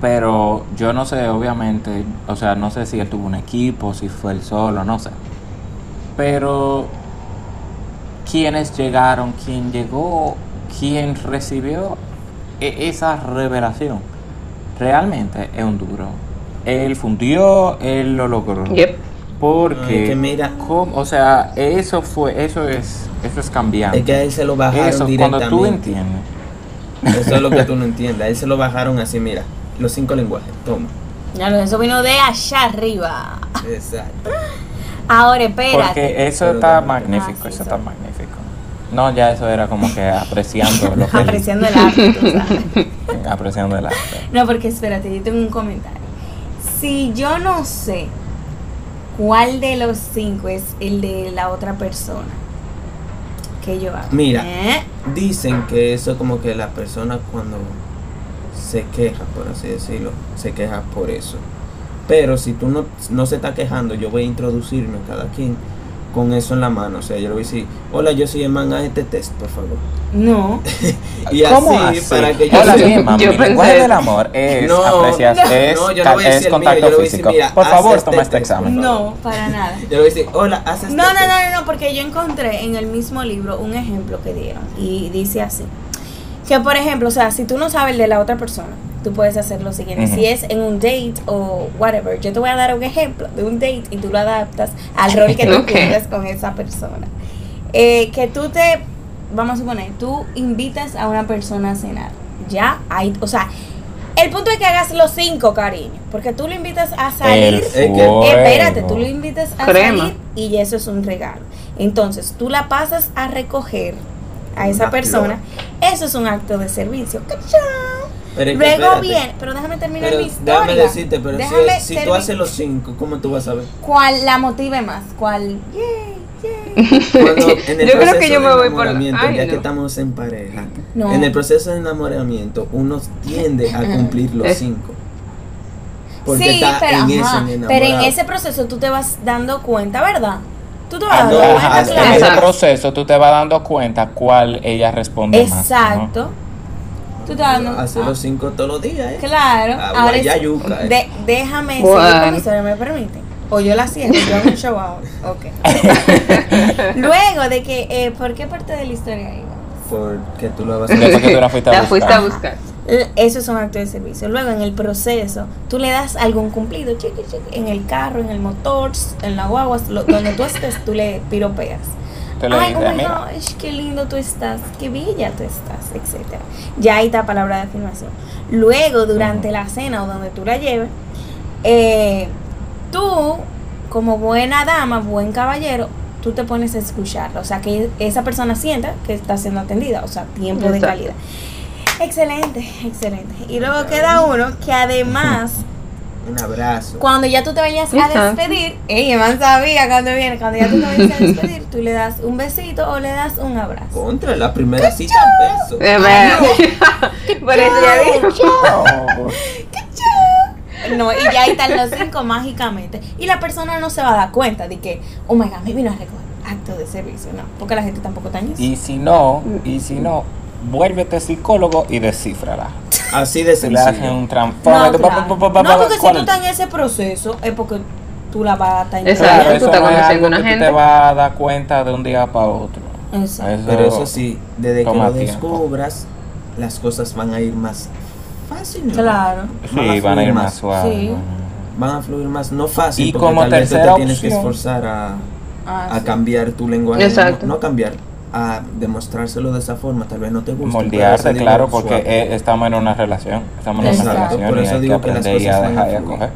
S4: Pero yo no sé, obviamente, o sea, no sé si él tuvo un equipo, si fue él solo, no sé. Pero, ¿quiénes llegaron? ¿Quién llegó? ¿Quién recibió e- esa revelación? Realmente es un duro. Él fundió, él lo logró.
S3: Yep.
S4: Porque,
S5: Ay, que mira.
S4: ¿cómo? o sea, eso fue, eso es, eso es cambiante.
S5: Es que a él se lo bajaron
S4: eso, cuando
S5: directamente.
S4: tú entiendes.
S5: Eso es lo que tú no entiendes. A él se lo bajaron así, mira. Los cinco lenguajes. Toma.
S2: Ya lo- eso vino de allá arriba.
S5: Exacto.
S2: Ahora, espérate.
S4: Porque eso
S5: Pero
S4: está
S5: también-
S4: magnífico,
S2: Ah, sí,
S4: eso
S2: sí.
S4: está magnífico. No, ya eso era como que apreciando lo
S2: [laughs]
S4: que
S2: Apreciando el arte, tú sabes.
S4: eh, [laughs] apreciando el arte.
S2: No, porque espérate, yo tengo un comentario. Si yo no sé cuál de los cinco es el de la otra persona, ¿qué yo hago?
S5: Mira.
S2: ¿Eh?
S5: Dicen que eso como que la persona cuando se queja, por así decirlo, se queja por eso. Pero si tú no, no se está quejando, yo voy a introducirme a cada quien con eso en la mano. O sea, yo le voy a decir, hola, yo soy Eman, haz este test, por favor.
S2: No.
S5: Y
S4: ¿Cómo
S5: así,
S4: así?
S5: para que yo...
S4: Hola,
S3: yo-
S4: bien, mami.
S3: yo
S4: el lenguaje
S3: pensé-
S4: del amor es
S5: No,
S4: aprecias,
S5: no,
S4: es,
S5: no, yo no
S4: ca-
S5: voy a decir
S4: es
S5: el mío,
S4: contacto
S5: yo le voy a decir,
S4: físico.
S5: mira,
S4: Por
S5: haz
S4: favor,
S5: este
S4: toma este
S5: test.
S4: examen.
S2: No, para nada.
S5: Yo le voy a decir, hola, haz este
S2: No, no,
S5: test".
S2: no, no, no, porque yo encontré en el mismo libro un ejemplo que dieron y dice así. Que por ejemplo, o sea, si tú no sabes el de la otra persona, tú puedes hacer lo siguiente.
S4: Ujú.
S2: Si es en un date o whatever, yo te voy a dar un ejemplo de un date y tú lo adaptas al rol que tú
S3: Ok.
S2: tengas con esa persona. Eh, que tú te, vamos a suponer, tú invitas a una persona a cenar. Ya, ahí, o sea, El punto es que hagas los cinco, cariño. Porque tú lo invitas a salir.
S5: que-
S4: fuego.
S2: Espérate, tú lo invitas a
S3: Crema.
S2: salir y ya eso es un regalo. Entonces, tú la pasas a recoger a esa
S5: Una
S2: persona. Eso es un acto de servicio. ¡Cachán!
S5: Pero es que
S2: Luego
S5: espérate.
S2: bien, pero déjame terminar
S5: Pero
S2: mi historia.
S5: déjame decirte, pero si-
S2: Déjame
S5: si, tú
S2: termi-
S5: haces los cinco, ¿cómo tú vas a ver?
S2: ¿Cuál la motive más? ¿Cuál? Yay, yay.
S3: [laughs]
S5: Cuando en el
S3: Yo creo
S5: proceso
S3: que
S5: de
S3: yo me voy por-
S5: enamoramiento,
S3: Ay,
S5: ya
S3: no.
S5: que estamos en pareja,
S2: No.
S5: en el proceso de enamoramiento uno tiende a cumplir los
S3: Eh.
S5: cinco. Porque
S2: sí,
S5: está
S2: pero,
S5: en
S2: ajá,
S5: eso, en
S2: pero en
S5: enamorado.
S2: ese proceso tú te vas dando cuenta, ¿verdad? Tú te vas
S5: Ah,
S2: dando
S5: no,
S2: cuenta,
S4: Hasta
S5: ajá,
S4: en ese
S2: claro.
S3: Exacto.
S4: proceso tú te vas dando cuenta cuál ella responde más. ¿no?
S2: Exacto. Tú te vas dando
S5: Hacer los cinco todos los días, ¿eh?
S2: Claro.
S5: Ah,
S2: Ahora es-
S5: guayayuca, eh.
S2: de- déjame
S3: Bueno.
S2: seguir con mi historia, ¿me permiten? O yo la cierro, yo hago un show ahora. Ok. Luego de que, eh, ¿por qué parte de la historia iba?
S5: Porque tú lo vas a
S4: Después que tú la fuiste a
S3: La
S4: buscar.
S3: fuiste a buscar.
S2: L- Eso es un acto de servicio. Luego, en el proceso, tú le das algún cumplido, chiqui, chiqui, en el carro, en el motor, en la guagua, lo- donde tú estés, tú le piropeas.
S4: Te lo
S2: Ay,
S4: dices,
S2: oh my
S4: mira,
S2: gosh, qué lindo tú estás, qué bella tú estás, etcétera. Ya ahí está palabra de afirmación. Luego, durante
S4: Ujú.
S2: la cena o donde tú la lleves, eh, tú, como buena dama, buen caballero, tú te pones a escucharla. O sea, que esa persona sienta que está siendo atendida. O sea, tiempo de
S3: Exacto.
S2: calidad. Excelente, excelente. Y luego queda uno que además
S5: un abrazo.
S2: cuando ya tú te vayas a
S3: Exacto.
S2: despedir, ey, el man sabía cuando viene, cuando ya tú te vayas a despedir, tú le das un besito o le das un abrazo.
S5: Contra la primera cita pues, beso.
S3: Eh, vea. Por eso ya dije.
S2: No, y ya ahí están los cinco mágicamente. Y la persona no se va a dar cuenta de que, oh my god, me vino a recoger acto de servicio. No, porque la gente tampoco está en eso.
S4: [laughs] Y si no, y si no, vuélvete psicólogo y descífrala.
S5: Así de
S4: Se le hace
S5: sencillo.
S4: un transforme.
S2: No,
S4: que pa, pa,
S2: claro.
S4: pa, pa,
S2: No,
S4: pa,
S2: porque si
S4: ¿cuál
S2: tú
S4: es?
S2: estás en ese proceso, es porque tú la vas a estar en
S3: Exacto,
S4: Claro,
S3: tú
S4: eso
S3: estás
S4: no es
S3: conociendo
S4: algo
S3: una
S4: que tú
S3: gente.
S4: te vas a dar cuenta de un día para otro.
S2: Exacto.
S5: Pero eso sí, desde que
S4: Toma
S5: lo
S4: tiempo.
S5: descubras, las cosas van a ir más fácil. ¿no?
S2: Claro.
S4: Sí, van a ir más suaves.
S2: Sí.
S5: Van a fluir más, no fácil,
S4: Y
S5: porque
S4: como
S5: tal vez tú te
S4: tercera
S5: tienes que
S4: opción.
S5: esforzar a,
S2: Ah,
S5: a
S2: sí.
S5: cambiar tu lenguaje.
S3: Exacto.
S5: No, no cambiar, a demostrárselo de esa forma. Tal vez no te gusta.
S4: Moldearte, claro, porque
S5: es
S4: eh, estamos en una relación. Estamos en una
S2: Exacto,
S5: por
S4: relación y
S5: eso
S4: hay que
S5: digo que las
S4: aprender y a
S5: cosas van a
S4: dejar de
S5: fluir.
S4: coger.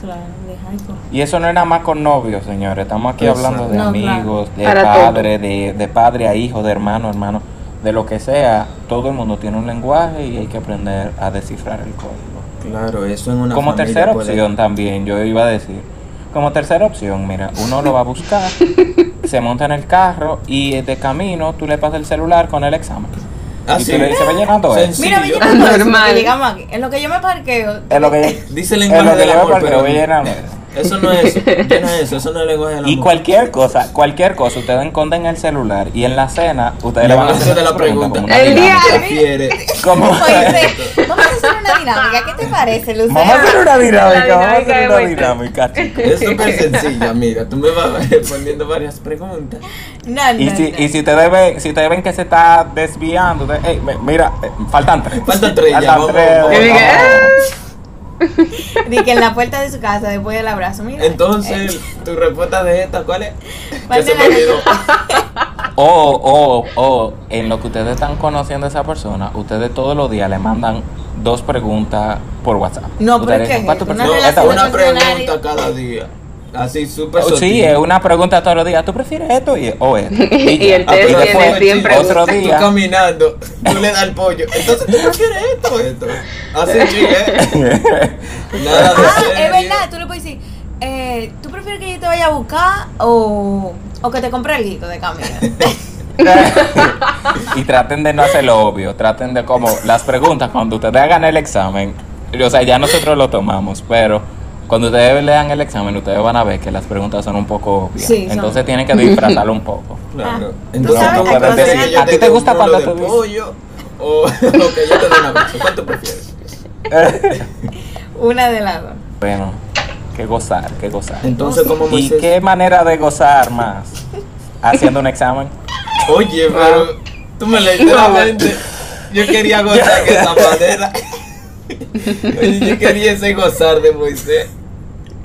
S2: Claro, deja de correr.
S4: Y eso no es nada más con novios, señores. Estamos aquí
S5: Exacto.
S4: hablando de
S2: No, claro.
S4: amigos, de
S3: Para
S4: padre, de, de padre a hijo, de hermano a hermano, de lo que sea. Todo el mundo tiene un lenguaje y hay que aprender a descifrar el código.
S5: Claro, eso en una
S4: Como
S5: familia
S4: tercera
S5: puede-
S4: opción también, yo iba a decir. Como tercera opción, mira, uno lo va a buscar,
S2: [laughs]
S4: se monta en el carro y de camino tú le pasas el celular con el examen.
S5: Ah,
S4: y
S5: sí.
S4: tú le dices, va llenando
S5: Sí,
S4: eso.
S2: Mira, me
S5: yo-
S2: llegando
S4: [laughs]
S2: eso,
S3: Normal.
S2: porque llegamos aquí. En lo que yo me parqueo,
S4: Es lo que,
S5: [laughs] Dice
S4: es
S5: lenguaje
S4: lo que
S5: del
S4: yo
S5: amor,
S4: porque
S5: pero
S4: voy
S5: [laughs]
S4: llenando eso.
S5: Eso
S2: [laughs]
S5: no es eso, llena eso, eso no es lenguaje del amor.
S4: Y cualquier cosa, cualquier cosa, ustedes encontren el celular y en la cena ustedes
S5: Le
S4: le van a
S5: van a
S4: hacer
S5: hacer
S4: una
S5: la pregunta.
S4: como una
S3: El
S4: dinámica.
S3: diario.
S5: Prefiere-
S4: Como- [laughs]
S2: Vamos a hacer- vamos a hacer una dinámica. ¿Qué te parece, Lucía?
S4: Vamos a hacer una dinámica,
S3: La
S4: vamos a
S3: dinámica de
S4: hacer una
S3: vuelta.
S4: dinámica, chicos.
S5: Es
S2: [laughs]
S5: súper sencilla, mira, tú me vas [laughs] respondiendo varias preguntas.
S2: No, no,
S4: Y si,
S2: no.
S4: y si ustedes ven, si ustedes ven que se está desviando, ustedes, "Ey, me- mira, eh, faltan tres.
S5: Faltan tres, ya, vamos, vamos,
S4: vamos,
S3: vamos.
S4: vamos.
S2: Di que en la puerta de su casa, después del abrazo, mira.
S5: Entonces, tu respuesta de esta, ¿cuál es?
S2: ¿Cuál
S5: Que se
S2: de
S5: me
S2: las-
S5: olvidó.
S4: O, o, o, en lo que ustedes están conociendo a esa persona, ustedes todos los días le mandan dos preguntas por WhatsApp.
S2: [laughs] No, pero
S4: Ustedes
S2: es que
S4: dicen,
S2: es
S4: "¿Cuál tu
S2: una
S4: pregunta?
S5: No,
S4: Esta
S2: relación
S4: buena".
S5: una
S2: de funcionario.
S5: pregunta cada día. Así súper
S4: Oh, sí,
S5: sutil.
S4: es una pregunta todos los días. ¿Tú prefieres esto y, o esto?
S3: [laughs] Y
S4: ya.
S3: el
S5: Ah, pero
S3: test tiene
S5: después,
S3: 100
S5: tú-
S4: preguntas. Otro
S5: Tú
S4: día.
S5: caminando, tú le das el pollo. Entonces, ¿tú prefieres esto o esto? Así chique. Nada de
S2: Ah, es
S5: serio.
S2: verdad, tú le puedes decir, eh, ¿tú prefieres que yo te vaya a buscar o, o que te compre el guito de camino?
S4: [laughs] [laughs] y traten de no hacerlo obvio, traten de como las preguntas cuando ustedes hagan el examen, o sea, ya nosotros lo tomamos, pero cuando ustedes lean el examen, ustedes van a ver que las preguntas son un poco obvias.
S2: Sí, son.
S4: Entonces tienen que disfrazarlo un
S5: [laughs]
S4: poco.
S5: Claro.
S2: Ah,
S5: Entonces,
S2: sabes
S5: tú
S2: la
S5: puedes
S2: cosa
S5: decir
S2: es-
S5: que yo
S4: ¿A ti te
S5: dé un
S4: gusta cuando
S5: rolo de
S4: te dicen?
S5: pollo o [laughs] o que yo te dé un abrazo? ¿Cuánto prefieres?
S2: Una de las dos.
S4: Bueno, que gozar, que gozar.
S5: Entonces, como
S4: ¿Y
S5: Moisés.
S4: qué manera de gozar más? Haciendo un examen.
S5: [laughs] Oye,
S4: Ah.
S5: pero tú me leíste la mente. Yo quería gozar de esa
S4: [laughs]
S5: manera. Oye, yo quería ese gozar de Moisés.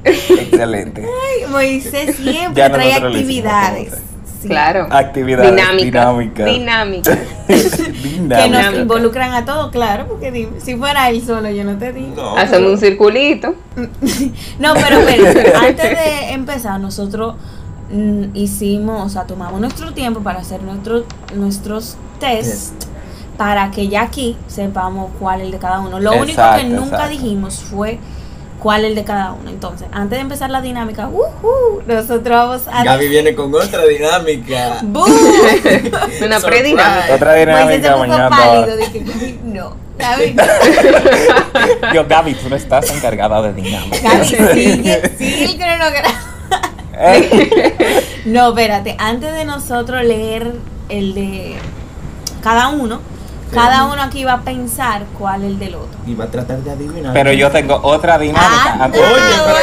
S4: Excelente.
S2: Ay, Moisés siempre
S4: Ya
S2: trae
S4: nosotros lo hicimos,
S2: actividades.
S4: como
S2: Sí.
S3: Claro.
S4: Actividades [laughs]
S3: Dinámica. [laughs]
S4: dinámicas.
S3: Dinámica.
S2: que nos
S4: búscate.
S2: involucran a todos, claro, porque di- si fuera él solo, yo no te digo.
S5: No,
S3: Hacemos un
S5: pero-
S3: circulito.
S2: No,
S4: [laughs]
S2: pero espérate, antes de empezar, nosotros mm, hicimos, o sea, tomamos nuestro tiempo para hacer nuestro, nuestros test para que ya aquí sepamos cuál es el de cada uno. Lo único que
S4: Exacto,
S2: nunca
S4: exacto.
S2: dijimos fue cuál es el de cada uno. Entonces, antes de empezar la dinámica, ¡ujú! nosotros vamos a...
S5: Gaby viene con otra dinámica.
S4: [laughs]
S2: ¡Bú!
S5: Surprise.
S3: Una predinámica.
S4: Otra
S2: Moisés se
S4: dinámica
S2: puso
S4: mañana.
S2: Pues pálido, dije, "Gaby, no, Gaby, no".
S4: Yo, Gaby, tú no [laughs] estás encargada de dinámica. [laughs]
S2: Gaby, sigue, sigue el cronograma.
S4: Eh,
S2: No, espérate, antes de nosotros leer el de cada uno, cada uno aquí va a pensar cuál es el del otro.
S5: Y va a tratar de adivinar.
S4: pero yo tengo otra dinámica.
S2: Ah,
S5: Oye, pero
S2: bueno.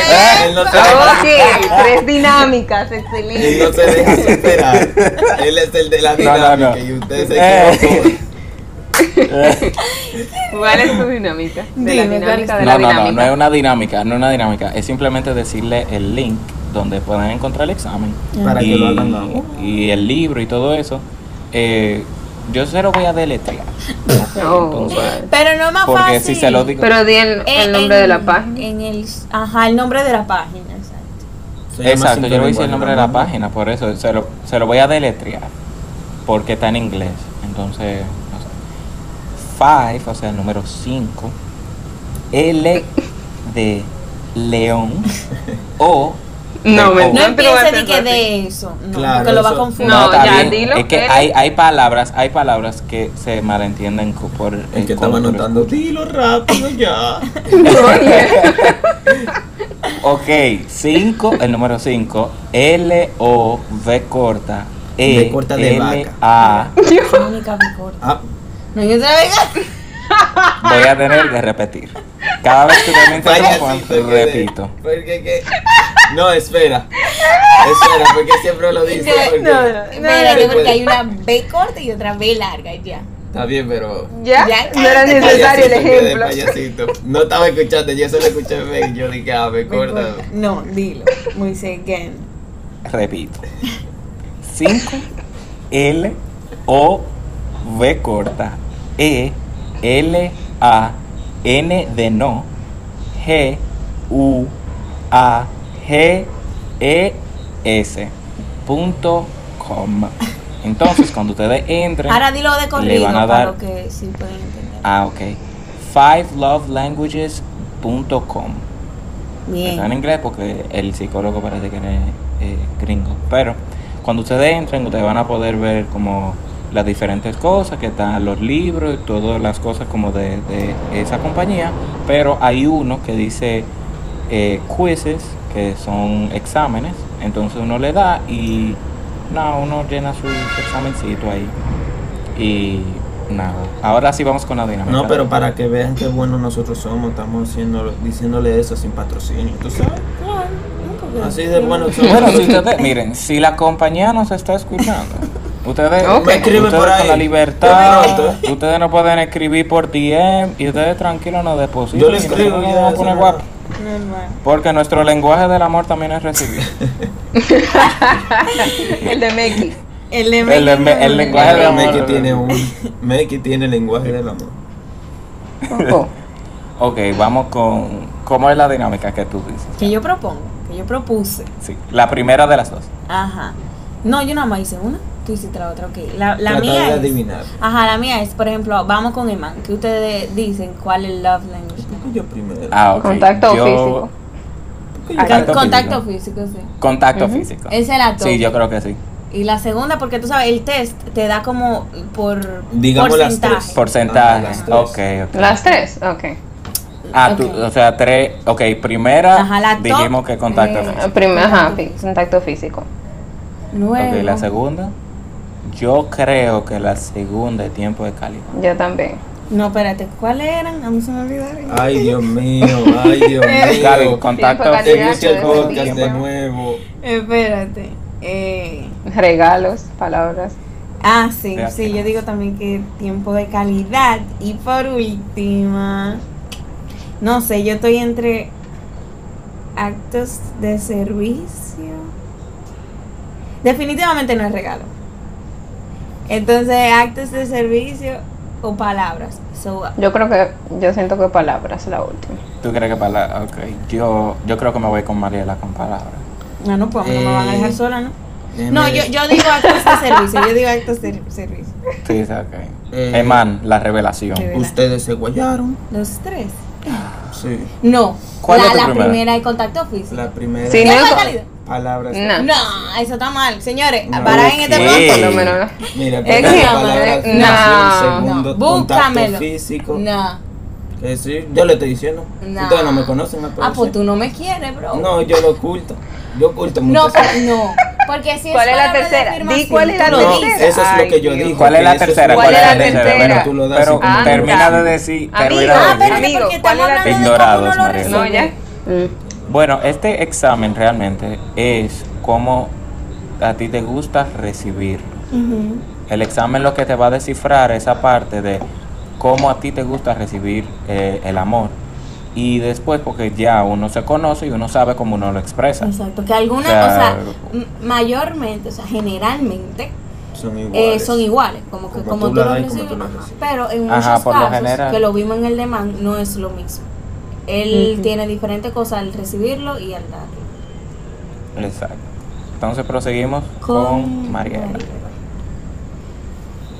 S5: él no se deja,
S3: Ok, tres dinámicas, excelente.
S5: él no se deja
S3: [laughs]
S5: superar. Él es el de la
S4: No,
S5: dinámica
S4: no, no.
S5: y usted se
S4: Eh.
S5: equivocó.
S3: ¿Cuál es tu dinámica? De la
S2: Dime,
S3: dinámica
S2: ¿cuál
S3: de
S4: No, no,
S3: la
S4: no, no es
S3: dinámica.
S4: una dinámica, no es una dinámica. Es simplemente decirle el link donde pueden encontrar el examen. [laughs]
S5: Para
S4: y,
S5: que lo hagan ahora.
S4: y el libro y todo eso. Eh, yo se lo voy a deletrear.
S3: Oh,
S4: Entonces,
S2: Pero no es más
S4: porque
S2: fácil.
S4: si se lo digo.
S3: Pero di el,
S2: Eh,
S3: el nombre de la
S2: en-
S3: [laughs] página.
S2: En el, ajá, el nombre de la página, exacto.
S5: Se llama
S4: exacto, yo le voy a decir
S5: Sintonía
S4: el nombre de la
S5: Guanabana.
S4: página, por eso se lo, se lo voy a deletrear. Porque está en inglés. Entonces, no sé. Five, o sea, el número 5. L de León. O.
S3: No, me-
S4: O.
S2: No
S3: Yo te lo voy
S2: empiece
S3: a
S2: de que
S3: pensar así.
S2: de eso, no,
S5: Claro,
S2: porque lo va a
S5: eso-
S2: confundir.
S3: No,
S4: está
S3: ya,
S4: bien.
S3: dilo,
S4: Es que
S3: pero-
S4: hay, hay palabras, hay palabras que se malentienden co- por el
S5: El
S4: coro,
S5: que estaba
S4: por el-
S5: anotando, dilo rápido
S3: [laughs]
S5: ya.
S4: Ok, 5, el número 5, L O V corta E
S5: V corta de
S4: L
S5: vaca.
S4: A.
S2: Mónica
S5: [laughs]
S2: Bicorta.
S4: [laughs]
S5: Ah,
S2: No, yo te la venga.
S4: Voy a tener que repetir. Cada vez que realmente
S5: payasito que de-
S4: repito.
S5: Porque que. No, espera. Espera, porque siempre lo dice.
S2: No,
S5: porque-
S3: no, no.
S2: Espérate, porque hay una B corta y otra B larga y ya.
S5: Está bien, pero.
S3: [laughs] Ya,
S2: Ya,
S3: no era
S2: cállate.
S3: necesario el
S5: Payasito que de
S3: ejemplo.
S5: payasito. No estaba escuchando, yo solo escuché ve, y yo dije, ah, me
S2: B
S5: corta.
S2: corta. No, dilo. Moisés again.
S4: Repito. 5, L O V corta E L A N de no G U A G E S punto com. Entonces cuando ustedes entren
S2: Ahora dilo de corrido
S4: van a
S2: para
S4: dar-
S2: lo que sí pueden entender.
S4: Ah, ok. Fivelovelanguages.com. Está en
S2: Bien.
S4: inglés porque el psicólogo parece que es eh, gringo. Pero cuando ustedes entren, ustedes van a poder ver como las diferentes cosas que están los libros y todas las cosas como de, de esa compañía. Pero hay uno que dice eh, quizzes, que son exámenes. Entonces uno le da y nada, uno llena su examencito ahí. Y nada. Ahora sí vamos con la dinámica.
S5: No, pero para que vean qué buenos nosotros somos, estamos haciendo, diciéndole eso sin patrocinio, ¿tú sabes? Así de buenos somos.
S4: Bueno, si
S5: [laughs]
S4: ustedes, miren, si la compañía nos está escuchando, ustedes,
S3: Ok. Me
S5: escribe
S4: ustedes
S5: por ahí.
S4: con la libertad,
S5: Yo me noto.
S4: ustedes no pueden escribir por DM y ustedes tranquilos nos depositan.
S5: Yo le
S4: y nosotros
S5: escribo
S4: nos
S5: ya,
S4: vamos a
S5: eso
S4: poner
S5: no-
S4: guapos. Porque nuestro lenguaje del amor también es
S5: [laughs]
S4: recibir.
S3: [laughs] El de Meki.
S2: El,
S4: El- el- el lenguaje de
S5: Pero
S4: amor.
S5: Meki tiene un. Meki tiene lenguaje del amor.
S4: Ok, vamos con cómo es la dinámica que tú dices.
S2: Que yo propongo, que yo propuse.
S4: Sí, la primera de las dos.
S2: Ajá. No, yo nada más hice una. Tú hiciste la otra, ok. La, la
S5: Tratar de
S2: mía es.
S5: adivinar.
S2: Ajá, la mía es, por ejemplo, vamos con Eman. Que ustedes dicen cuál es el love language.
S5: ¿Por qué yo primero?
S4: Ah, ok.
S3: Contacto
S4: Yo-
S3: físico.
S5: ¿Por qué yo-
S4: Contacto
S2: Con- contacto
S4: físico.
S2: físico, sí.
S4: Contacto
S3: Ujú.
S4: físico.
S2: Esa es la top.
S4: Sí, yo creo que sí.
S2: Y la segunda, porque tú sabes, el test te da como por
S5: Digamos las
S2: porcentaje.
S5: tres. Ah,
S4: Porcentaje.
S5: las tres.
S4: Ok, ok.
S3: Las tres, ok.
S4: Ah, tú,
S2: Ok.
S4: o sea, tres. Ok, primera
S2: Ajá, la top,
S4: dijimos que contacto
S2: eh,
S4: físico.
S3: Primero, ajá, fí- contacto físico.
S2: Luego.
S4: Ok, la segunda. Yo creo que la segunda es tiempo de calidad.
S3: Yo también.
S2: No, espérate, ¿cuáles eran? A mí se me olvidaron.
S5: Ay, Dios mío, ay,
S3: [laughs]
S5: Dios
S4: Gaby,
S5: mío.
S4: contacto
S3: Tiempo de calidad,
S4: físico.
S5: Escucha el
S3: Tiempo.
S5: podcast de nuevo.
S2: Espérate. Eh,
S3: Regalos, palabras.
S2: ah, sí,
S4: De
S2: sí, yo
S4: afianza.
S2: digo también que tiempo de calidad. Y por última, no sé, yo estoy entre actos de servicio. Definitivamente no es regalo. Entonces, actos de servicio o palabras. So, ah,
S3: Yo creo que, yo siento que palabras la última.
S4: ¿Tú crees que palabras? Ok. Yo, yo creo que me voy con Mariela con palabras.
S2: no, no, pues no me van a dejar
S5: Eh,
S2: sola, ¿no?
S5: déjeme
S2: No, yo,
S5: ver.
S2: yo digo actos de servicio, yo digo actos de
S4: [laughs]
S2: servicio.
S4: Sí, está ok.
S5: Eh,
S4: Eman, la revelación.
S2: Revelación.
S5: Ustedes se guayaron.
S2: Los tres.
S5: Sí.
S2: No.
S4: ¿Cuál
S2: la,
S4: es tu
S2: la
S4: primera?
S2: primera de contacto físico.
S5: La primera
S3: Sí,
S2: ¿Qué
S3: no.
S2: fatalidad?
S5: palabra es- [laughs]
S3: No.
S2: No, eso está mal. Señores,
S5: No.
S2: para en este
S4: Ok.
S2: pronto.
S3: Por lo menos no.
S5: Mira,
S3: Es
S5: primera
S3: que-
S5: palabra es
S3: no,
S5: nación,
S3: no.
S5: segundo
S2: Búscamelo.
S5: contacto físico.
S2: No.
S5: Eh, sí, yo le estoy diciendo.
S2: No.
S5: Ustedes no me conocen, al
S2: Ah, pues
S5: parecer.
S2: tú no me quieres, bro.
S5: No, yo lo oculto. Yo oculto
S2: No,
S5: muchas
S2: pues, no. Porque si
S3: ¿Cuál es la
S2: palabra de
S3: tercera? Di
S2: afirmación,
S3: cuál es la
S2: tú lo
S5: No,
S3: tercera.
S2: dices.
S5: eso es lo
S3: Ay,
S5: que yo
S3: Dios.
S5: digo.
S4: ¿Cuál es la
S5: que eso es
S4: tercera?
S5: lo
S3: ¿Cuál
S5: que
S3: es la
S5: yo digo.
S3: tercera?
S5: Pero
S4: Pero,
S5: tú lo das
S4: pero
S5: así como
S4: termina
S3: anda.
S4: de decir.
S3: Amigo,
S4: termina de
S2: Ah,
S4: decir.
S2: pero
S3: Amigo,
S2: porque estamos
S3: ¿cuál es la
S2: hablando de cómo
S4: Ignorados,
S2: uno lo
S4: Mariela.
S3: No,
S2: resuelve.
S3: ya.
S4: Bueno, este examen realmente es cómo a ti te gusta recibir.
S2: Ujú.
S4: El examen lo que te va a descifrar esa parte de cómo a ti te gusta recibir eh, el amor. Y después, porque ya uno se conoce y uno sabe cómo uno lo expresa.
S2: Exacto, que algunas,
S4: O sea,
S2: o sea, m- mayormente, o sea, generalmente
S5: Son
S2: eh,
S5: iguales.
S2: son iguales, como que
S5: Como
S2: como
S5: tú
S2: tú,
S5: la
S2: lo
S5: das y como
S2: recibes,
S5: tú la
S2: ajá.
S5: recibes.
S2: pero en
S4: Ajá,
S2: muchos
S4: por lo
S2: casos
S4: general.
S2: que lo vimos en el demán no es lo mismo. Él
S3: Ujú.
S2: tiene diferentes cosas al recibirlo y al darlo.
S4: Exacto. Entonces proseguimos con Mariela.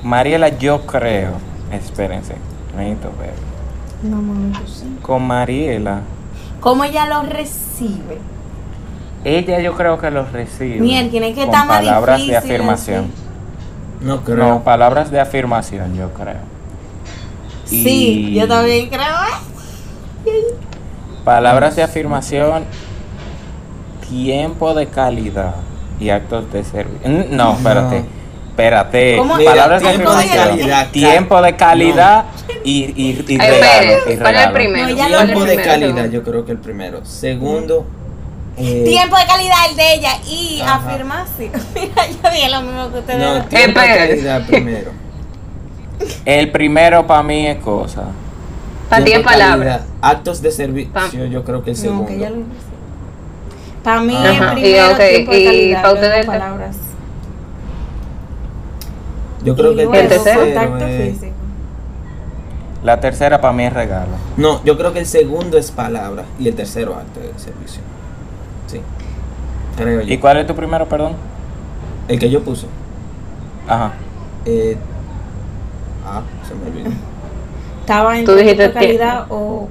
S4: Mariela, yo creo. Espérense, necesito ver.
S2: No, mami, tú sí.
S4: Con Mariela,
S2: ¿Cómo ella lo recibe?
S4: ella yo creo que los recibe.
S2: Miel, tiene que
S4: con
S2: estar más
S4: palabras de
S2: difícil,
S4: afirmación.
S2: así.
S5: No creo.
S4: No, palabras de afirmación, yo creo. Y-
S2: Sí, yo también creo. ¿eh?
S4: Palabras de afirmación, tiempo de calidad y actos de servicio. Mm, No, espérate. Espérate.
S2: ¿Cómo?
S5: Mira,
S4: Palabras de
S5: tiempo de
S4: afirmación.
S5: calidad, ca-
S4: tiempo de calidad y, y, y
S3: Ay,
S4: regalo, y
S3: espere, ¿Cuál es el
S4: regalo.
S3: primero?
S2: No, ya lo-
S3: ¿Cuál es el
S5: Tiempo de
S3: primero?
S5: calidad, yo creo que el primero. Segundo, eh,
S2: Tiempo de calidad el de ella y
S5: Ajá.
S2: afirmación. [laughs] Mira, yo dije lo mismo que ustedes.
S5: No,
S2: ¿verdad?
S5: tiempo de
S3: Espera.
S5: calidad
S2: [laughs]
S5: primero.
S4: El primero para mí es cosa.
S3: Para ti es
S5: Tiempo de
S3: palabra.
S5: calidad. Actos de servicio,
S3: Pa-
S5: yo creo que el
S2: No,
S5: segundo.
S2: que ya lo Para mí
S5: Ajá.
S2: el
S5: Y,
S2: primero
S3: ok,
S2: tiempo de
S3: y
S2: calidad,
S3: pa'
S2: luego
S3: ustedes-
S2: palabras.
S5: Yo creo
S2: Y
S5: que el
S2: luego
S3: ¿El tercero?
S2: contacto
S5: es-
S2: físico.
S4: La tercera para mí es regalo.
S5: No, yo creo que el segundo es palabra y el tercero acto de servicio. Sí. Creo yo.
S4: ¿Y cuál es tu primero, perdón?
S5: El que yo puse.
S4: Ajá.
S5: Eh, ah, se me olvidó.
S2: Estaba en
S3: Tú dijiste
S2: tiempo de calidad o,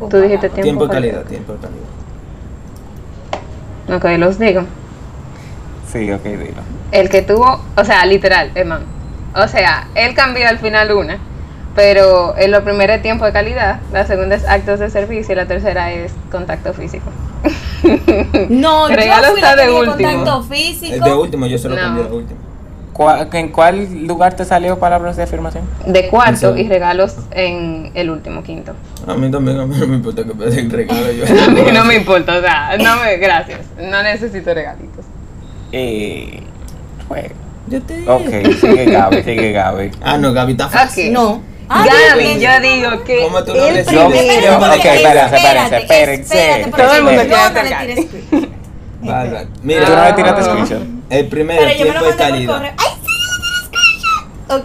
S2: o
S3: Tú dijiste
S2: palabras.
S3: Tiempo
S5: Tiempo de
S3: de
S5: calidad, tiempo de calidad.
S3: Ok, los digo.
S4: Sí, ok, dilo.
S3: El que tuvo, o sea, literal, hermano. O sea, él cambió al final una, pero en lo primero es tiempo de calidad, la segunda es actos de servicio y la tercera es contacto físico.
S2: No, yo
S3: Regalo
S2: fui la
S3: está
S2: que
S3: de
S2: dije
S3: último.
S2: contacto
S5: El de
S2: físico.
S5: último, yo se lo
S3: No.
S5: cambié de último.
S4: ¿Cuál- ¿En cuál lugar te salió palabras de afirmación?
S3: De cuarto
S5: Eso.
S3: y regalos en el último, quinto. [laughs]
S5: A mí también a mí no me importa que pase el regalo. Yo
S3: A mí no me importa, o sea, no me, gracias, no necesito regalitos.
S4: Eh, bueno.
S5: Yo te
S4: Ok, sigue Gaby, sigue Gaby.
S5: Ah, no, Gaby está fácil.
S3: Ok.
S2: No. Ah,
S3: Gaby,
S2: bien.
S3: yo digo que
S5: ¿Cómo tú no
S3: el
S5: eres
S4: Yo,
S5: Primero,
S4: yo-
S5: para
S4: ok,
S5: que-
S4: espérense, espérense,
S2: espérate,
S4: espérense.
S2: espérate,
S3: Todo el mundo
S2: porque
S3: quiere
S2: yo no le
S3: atacar.
S2: tiré screen.
S5: Bárbara.
S4: Tú no
S5: Mira,
S4: me tiraste screenshot.
S5: el primero
S2: Pero
S5: es
S2: yo me
S5: tiempo
S2: lo mandé
S5: de
S2: por
S5: calidad.
S2: correo. ¡Ay, sí! yo le tiré
S3: El
S2: screen!
S5: Primero,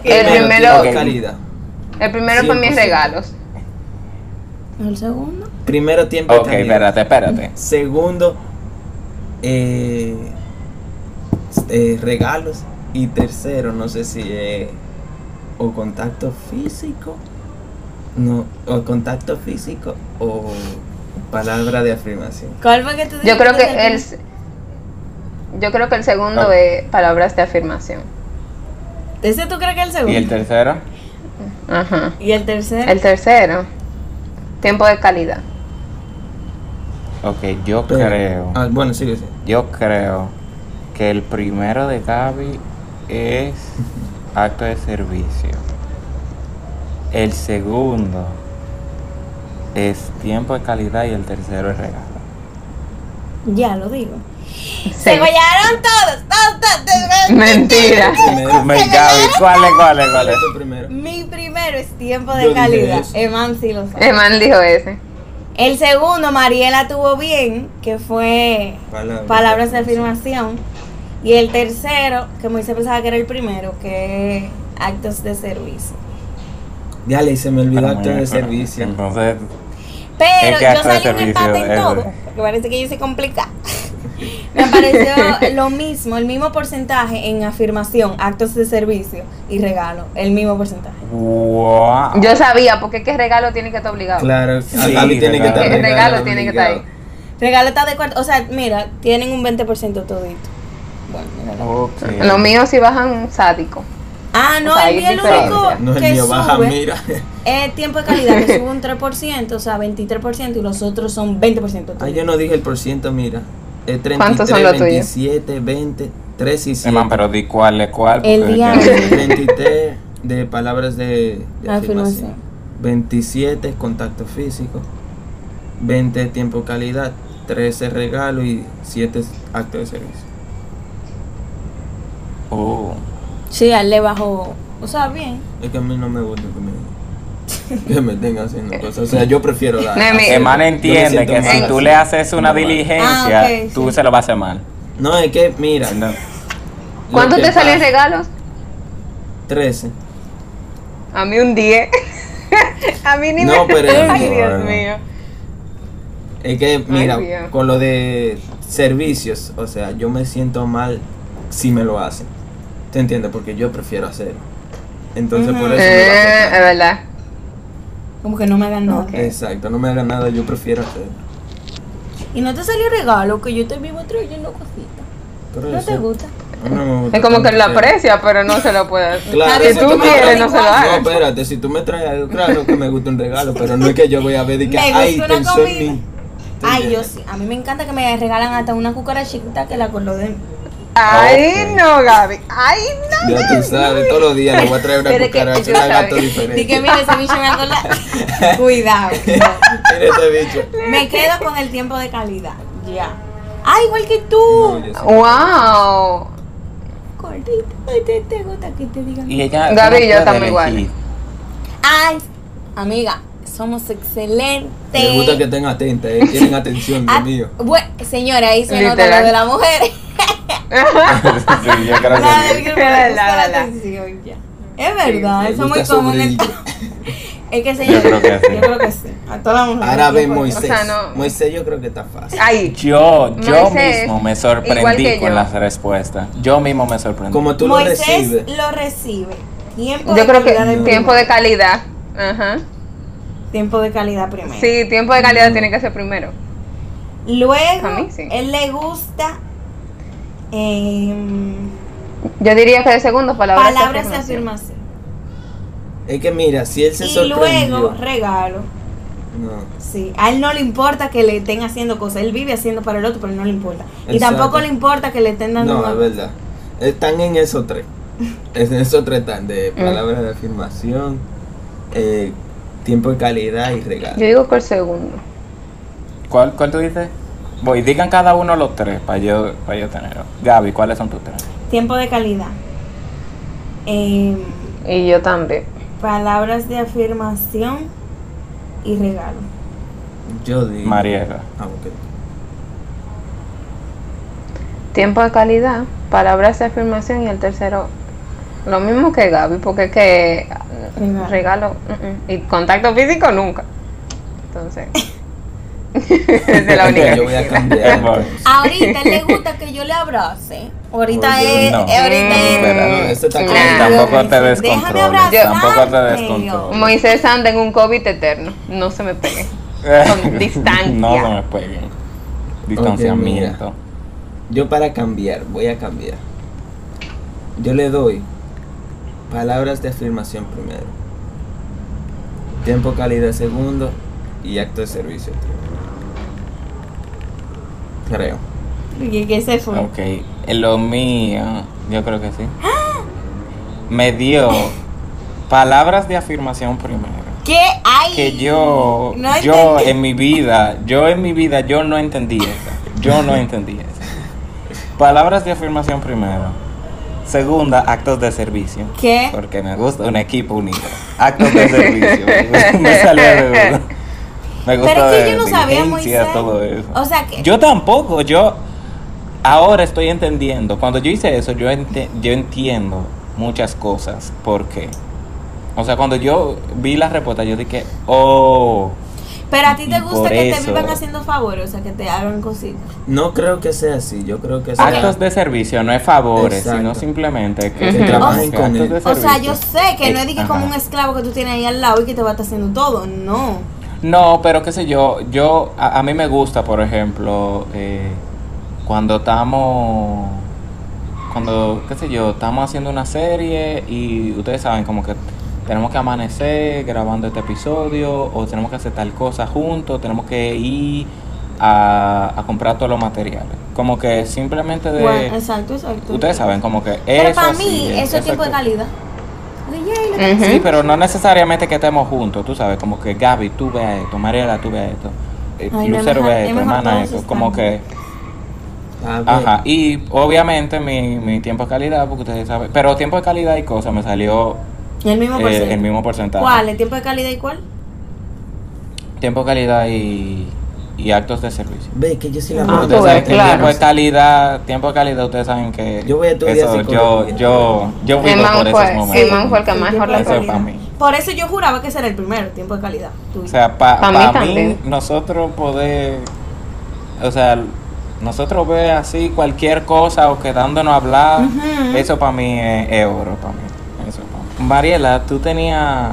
S5: tiempo
S3: primero-
S5: de
S4: Ok.
S5: calidad.
S3: el primero fue mis
S5: 100%.
S3: regalos.
S2: Ok. El segundo.
S5: Primero tiempo de
S4: Ok,
S5: calidad.
S4: espérate, espérate.
S5: Segundo, eh, eh, regalos. Y tercero, no sé si es o contacto físico. No, o contacto físico o palabra de afirmación.
S2: ¿Cuál fue que tú dijiste?
S3: Yo creo
S2: el
S3: que el,
S2: primero?
S3: yo creo que el segundo
S4: Ah.
S3: es palabras de afirmación.
S2: ¿Ese tú crees que es el
S4: ¿Y el
S2: segundo?
S4: tercero?
S3: Ajá.
S2: Y el tercero.
S3: El tercero, tiempo de calidad.
S4: Ok, yo
S5: Pero-
S4: creo.
S5: Ah, bueno, sigue. sigue.
S4: Yo creo que el primero de Gaby es acto de servicio. El segundo es tiempo de calidad y el tercero es regalo.
S2: Ya lo digo.
S3: Sí.
S2: Se guayaron todos, todos, todos, todos.
S3: Mentira.
S5: Primero,
S4: Me Gaby, ¿cuál es, cuál es, cuál
S5: ¿cuál
S4: es?
S5: es tu primero?
S2: Mi primero es tiempo
S5: Yo
S2: de
S5: dije
S2: calidad.
S5: eso.
S2: Eman sí lo sabe.
S3: Eman dijo ese.
S2: El segundo, Mariela tuvo bien, que fue
S5: Palabra.
S2: palabras de afirmación. Y el tercero, que Moisés pensaba que era el primero, que es actos de servicio.
S5: Ya le se me olvidó
S4: Pero
S5: acto
S4: muy-
S5: de servicio.
S4: Entonces,
S2: Pero
S4: Es que
S2: yo
S4: acto de
S2: salí un
S4: servicio,
S2: empate en
S4: es
S2: todo,
S4: verdad.
S2: porque parece que yo se complica. [laughs] Me apareció lo mismo, el mismo porcentaje en afirmación, actos de servicio y regalo, el mismo porcentaje.
S4: wow.
S3: Yo sabía, porque es que regalo tiene que estar obligado.
S5: Claro,
S4: Sí,
S5: a mí tiene que
S4: regalo.
S5: estar.
S3: El regalo tiene que estar ahí.
S5: obligado.
S2: Regalo está de cuarto, o sea, mira, tienen un 20% todito. Bueno, mira.
S4: Ok.
S3: Los míos sí bajan sádico.
S2: Ah, no,
S3: O sea,
S2: el
S3: ahí
S2: mío
S3: es
S2: el
S3: diferente.
S2: único
S5: No, el
S2: que
S5: mío
S2: sube
S5: baja, mira.
S2: es tiempo de calidad, que
S5: [laughs]
S2: sube un 3%, o sea, 23%, y los otros son 20%.
S5: Ah, yo no dije el por ciento, mira. Eh, Es 33,
S3: ¿Cuántos son los tuyos?
S5: 27, 20, 3 y 7.
S4: Hermano, pero di cuál es cuál.
S2: El
S4: porque
S2: día-
S4: que-
S5: 33 de palabras de, de
S3: Ah,
S2: Afirmación.
S5: afirmación. 27 contacto físico. 20 tiempo calidad. 13 regalo y 7 acto de servicio.
S4: Oh.
S2: Sí, a él le bajó, o sea, bien.
S5: Es que a mí no me gusta que me, que me tengan haciendo cosas. O sea, yo prefiero dar.
S3: No, mi-
S5: hacer-
S4: Hermano
S5: yo me
S4: Eh, entiende
S5: siento
S4: que
S5: mal
S4: si tú
S5: así.
S4: le haces una
S5: No, mal.
S4: diligencia,
S2: Ah, ok,
S4: tú
S2: sí.
S4: se lo vas a hacer mal.
S5: No, es que, mira.
S4: No.
S5: lo
S3: ¿Cuánto
S5: que
S3: te salen
S5: pasa-
S3: regalos?
S5: 13.
S3: A mí un 10. [laughs] a mí ni
S5: No,
S3: me... [laughs]
S5: pero-
S3: Ay, Dios
S4: Bueno.
S3: mío.
S5: Es que, mira,
S3: Dios.
S5: con lo de servicios, o sea, yo me siento mal si me lo hacen. ¿Te entiendes? Porque yo prefiero hacerlo. Entonces, por
S2: Ujú.
S5: eso. me lo
S3: Eh, ah, es
S5: hacen.
S3: verdad.
S2: Como que no me hagan nada.
S5: Exacto, no me hagan nada, yo prefiero hacerlo.
S2: Y no te salió regalo, que yo te vivo trayendo cositas.
S5: Pero
S2: ¿No
S5: eso-
S2: te gusta?
S5: a mí no me gusta
S3: Es como que lo
S5: tanto hacerlo.
S3: aprecia, pero no se lo puede hacer.
S5: [laughs] Claro,
S3: si
S5: eso
S3: tú
S5: tú me
S3: quieres,
S5: traes
S3: no se lo
S2: igual.
S5: No,
S3: hagas.
S5: espérate, si tú me traes algo, claro que me gusta un regalo, pero no es que yo voy a ver y que,
S2: [laughs] Me gusta
S5: ay,
S2: una
S5: pensó en
S2: comida".
S5: mí. ¿Te
S2: Ay, yo
S5: entiendes?
S2: sí. A mí me encanta que me regalan hasta una cucarachita que la coló de mí.
S5: pues,
S3: Ay, no, Gaby. Ay, no.
S5: Ya tú sabes, todos los días le voy a traer una
S3: Pero es que
S5: cucaracha,
S3: yo
S5: una
S3: sabía.
S5: gato diferente.
S2: Dije, que mira, ese bicho me acordó.
S5: [laughs]
S2: Cuidado.
S5: Mira ese este bicho.
S2: Me quedo con el tiempo de calidad. Ya. Ah, igual que
S5: No,
S2: tú.
S5: yo sí.
S3: Wow.
S2: Gordito, ¿a ti te gusta que te digan?
S4: Y ella.
S3: Gaby y yo
S4: ella
S3: estamos iguales.
S2: Ay, amiga, somos excelentes.
S5: Me gusta que estén atentas, eh, quieren atención, Dios
S2: [laughs] Ah,
S5: mío.
S2: bueno, señora, ahí se nota
S3: Literal.
S2: lo de la mujer.
S4: [laughs] sí, yo creo
S2: La
S4: que sí.
S2: del grupo le gusta
S3: La, la, la.
S2: la atención, ya. Es verdad,
S5: Me
S2: eso es
S5: gusta
S2: muy
S5: su
S2: común. en-
S5: brillo.
S2: [laughs] Es que señora,
S4: creo que sí.
S2: yo creo que sí. A todas las mujeres.
S5: Ahora
S2: yo
S5: ve
S2: creo que-
S5: Moisés.
S3: O sea, no.
S5: Moisés yo creo que está fácil.
S3: Ay.
S4: Yo, yo
S3: Moisés,
S4: mismo me
S3: igual que
S4: sorprendí
S3: yo.
S4: con las respuestas. Yo mismo me sorprendí.
S5: Como tú
S2: Moisés
S5: lo recibes.
S2: lo recibe. Tiempo
S3: Yo
S2: de
S3: creo
S2: calidad
S3: que
S2: del
S3: tiempo de
S2: primero.
S3: calidad. Ajá.
S2: Tiempo de calidad primero.
S3: Sí, tiempo de calidad tiene que ser primero.
S2: Luego,
S3: A mí sí.
S2: él le gusta em,
S3: Yo diría que de segundo, palabras, de
S2: palabras de
S3: afirmación.
S2: afirmación.
S5: Es que mira, si él se
S2: Y
S5: sorprendió.
S2: luego, regalo.
S5: No.
S2: Sí, a él no le importa que le estén haciendo cosas. Él vive haciendo para el otro, pero no le importa. Y
S5: Exacto.
S2: tampoco le importa que le estén dando
S5: No,
S2: una-
S5: es verdad. Están en esos tres. Es- En esos tres están de palabras de afirmación, eh, tiempo de calidad y
S3: Yo
S5: regalo.
S3: digo que el segundo.
S4: ¿Cuál, ¿Cuál tú dices? Voy, digan cada uno los tres para yo, pa' yo tenerlo. Gaby, ¿cuáles son tus tres?
S2: Tiempo de calidad. Em,
S3: Y yo también.
S2: palabras de afirmación y regalo.
S5: Yo digo.
S4: Mariela.
S5: Ah, ok.
S3: Tiempo de calidad, palabras de afirmación y el tercero, lo mismo que Gaby, porque es que
S2: Regalo.
S3: regalo mm, mm, y contacto físico nunca. Entonces, es de la
S5: Ok,
S3: única.
S5: yo voy a
S4: [laughs] Eh,
S5: cambiar. entonces.
S2: Ahorita él le gusta que yo le abrace. Ahorita
S5: Oye,
S2: es.
S4: no.
S2: ahorita es-
S4: Espera,
S5: No, este está
S3: Nah.
S5: con-
S4: Y tampoco te
S2: Déjame
S4: descontroles.
S2: abrazarte,
S4: Tampoco te
S2: yo.
S4: descontroles.
S3: Moisés anda en un COVID eterno, no se me pegue. Con distancia.
S4: [laughs] no se me peguen. Distanciamiento.
S5: Yo para cambiar, voy a cambiar. Yo le doy palabras de afirmación primero. Tiempo calidad segundo y acto de servicio. tercero. Creo.
S2: Y que se fue.
S4: Ah, Ok, lo mío, yo creo que sí. Me dio palabras de afirmación primero.
S2: ¿Qué hay?
S4: Que yo,
S2: No
S4: yo
S2: entendí.
S4: en mi vida, yo en mi vida, yo no entendí eso. Yo no entendí eso. Palabras de afirmación primero. Segunda, actos de servicio.
S2: ¿Qué?
S4: Porque me gusta un equipo unido. Actos
S2: [laughs]
S4: de servicio. me salió de uno. Me gusta
S2: Pero es que
S4: de
S2: yo no sabía,
S4: diligencia,
S2: Moisés.
S4: todo eso.
S2: O sea que-
S4: Yo tampoco, yo ahora estoy entendiendo. Cuando yo hice eso, yo, ente- yo entiendo muchas cosas. ¿Por qué? O sea, cuando yo vi la respuesta, yo dije, oh.
S2: Pero a ti
S4: Y
S2: te gusta
S4: por
S2: que te
S4: eso-
S2: vivan haciendo favores, o sea, que te hagan cositas.
S5: No creo que sea así, yo creo que sea...
S4: Actos de servicio, no es favores,
S5: Exacto.
S4: sino simplemente que,
S3: Ujú.
S4: se
S5: trabajen
S4: trabajen
S5: con él.
S2: O sea, yo sé que no
S4: Eh,
S2: es de que como
S4: ajá.
S2: un esclavo que tú tienes ahí al lado y que te va a estar haciendo todo, no.
S4: No, pero qué sé yo, yo a, a mí me gusta, por ejemplo, eh, cuando estamos, cuando, qué sé yo, estamos haciendo una serie y ustedes saben como que tenemos que amanecer grabando este episodio o tenemos que hacer tal cosa juntos, tenemos que ir a, a comprar todos los materiales. Como que simplemente de...
S2: Bueno, exacto, exacto.
S4: Eh, Ustedes saben como que...
S2: Pero
S4: eso
S2: para
S4: así,
S2: mí, eso es tiempo de
S4: que-
S2: calidad. Oye, y lo que-
S3: Ujú.
S4: Sí, pero no necesariamente que estemos juntos, tú sabes, como que Gaby, tú veas esto, Mariela, tú veas esto, eh,
S2: Ay, no,
S4: Lucero
S2: mejor-
S4: vea
S2: es
S4: esto,
S2: mejor
S4: hermana
S2: todos
S4: esto,
S2: están.
S4: como que,
S5: A ver,
S4: ajá, y obviamente mi, mi tiempo de calidad, porque ustedes saben, pero tiempo de calidad y cosas me salió
S2: Y el mismo
S4: eh,
S2: porcentaje.
S4: el mismo porcentaje.
S2: ¿Cuál? ¿El tiempo de calidad y cuál?
S4: Tiempo de calidad y, y actos de servicio.
S5: Ve que yo sí la
S2: Ah,
S5: veo
S4: Ustedes
S3: tú
S4: saben
S3: ves,
S4: que el
S5: bastante
S3: claro.
S4: tiempo de calidad, tiempo de calidad, ustedes saben que
S5: Yo voy a estudiar
S4: eso, yo,
S5: psicología.
S4: yo, yo vivo
S3: Emman
S4: por esos momentos.
S3: fue, Emman fue el que
S2: El
S3: más
S2: tiempo
S3: mejor la
S2: de
S4: Eso es
S2: calidad.
S4: para mí.
S2: Por eso yo juraba que ese era el primero, tiempo de calidad. tuyo.
S4: O sea, para
S3: Pa' mí
S4: mí,
S3: también.
S4: nosotros poder, o sea, nosotros ver así cualquier cosa o quedándonos a hablar,
S2: Ujú.
S4: eso para mí es euro, para mí. Eso pa' mí. Mariela, tú tenías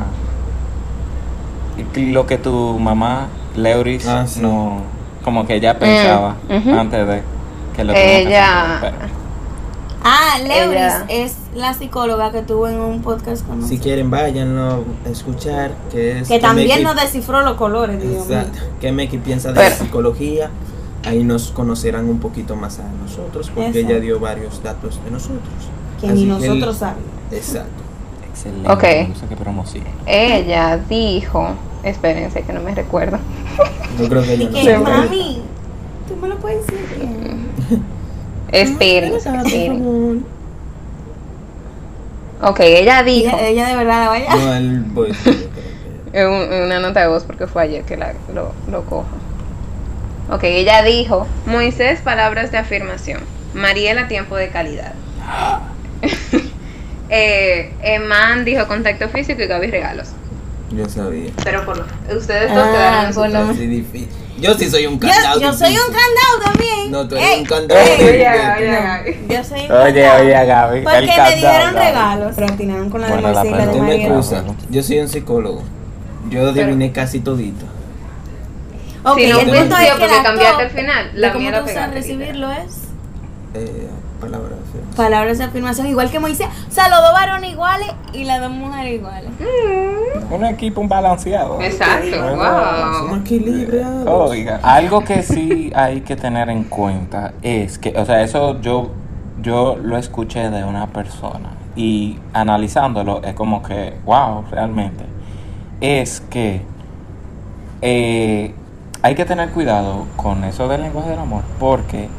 S4: lo que tu mamá, Leuris,
S5: Ah, sí.
S4: no, como que ella pensaba
S3: Mm, ujú.
S4: antes de que lo tenía que
S3: Ella-
S4: hacer, pero-
S2: Ah, Leuris
S3: Ella-
S2: es la psicóloga que tuvo en un podcast con
S5: Si
S2: nosotros.
S5: quieren, váyanlo a escuchar. Que, es
S2: que también
S5: Meki-
S2: nos descifró los colores, Dios mío.
S5: Exacto. Que Meki piensa de
S3: Pero-
S5: psicología. Ahí nos conocerán un poquito más a nosotros, porque
S2: Exacto.
S5: ella dio varios datos de nosotros.
S2: Que
S5: Así
S2: ni
S5: que el-
S2: nosotros sabemos.
S5: Exacto.
S4: Excelente,
S3: Ok.
S4: me gusta que promocione.
S3: Ella dijo, espérense que no me recuerdo.
S5: Yo creo
S2: Y
S5: que ella no
S2: que,
S5: se acuerda.
S2: mami, tú me lo puedes decir.
S3: Espérense, espérense. Ok, ella dijo,
S2: Ella, eh, ella de verdad la vaya.
S5: No, el voice, yo creo que-
S3: en un- en una nota de voz porque fue ayer que la, lo, lo cojo. Ok, ella dijo, Moisés, palabras de afirmación. Mariela, tiempo de calidad. eh, Eman dijo contacto físico y Gaby regalos.
S5: Yo sabía.
S3: Pero por lo- ustedes dos quedaron en su
S2: por lo-
S5: Así difícil. Yo sí soy un
S2: Yo,
S5: candado.
S2: yo soy un
S5: difícil.
S2: candado también.
S5: No, tú eres
S2: Ey,
S5: un candado.
S2: ey,
S5: difícil.
S3: Oye, oye, oye.
S2: Yo soy un
S4: Oye,
S2: candado.
S4: oye, Gaby,
S2: Porque
S4: el
S2: le
S4: candado,
S2: dieron
S4: Gaby.
S2: regalos, pero atinaron con la
S4: Bueno, la
S2: de Moisés y la
S5: Tú
S2: de
S4: perdí.
S5: me
S2: María.
S5: excusas. Yo soy un psicólogo. Yo adiviné casi todito.
S2: Ok,
S3: Si no
S2: el
S5: hubiese
S2: punto es
S3: sido
S2: que
S3: porque
S2: la
S3: cambiaste
S2: top
S3: al final,
S2: de
S3: la
S2: cómo
S3: mía la
S2: tú usas
S3: pegaste,
S2: recibirlo es
S5: Eh, palabra de
S2: palabras de afirmación igual que Moisés. O sea, los dos varones iguales y las dos mujeres iguales.
S4: Un equipo un balanceado.
S3: Exacto, wow.
S2: Oh.
S5: Somos equilibrados.
S4: Oh, Oiga, algo que sí hay que tener en cuenta es que, o sea, eso yo, yo lo escuché de una persona y analizándolo es como que, wow, realmente, es que eh, hay que tener cuidado con eso del lenguaje del amor porque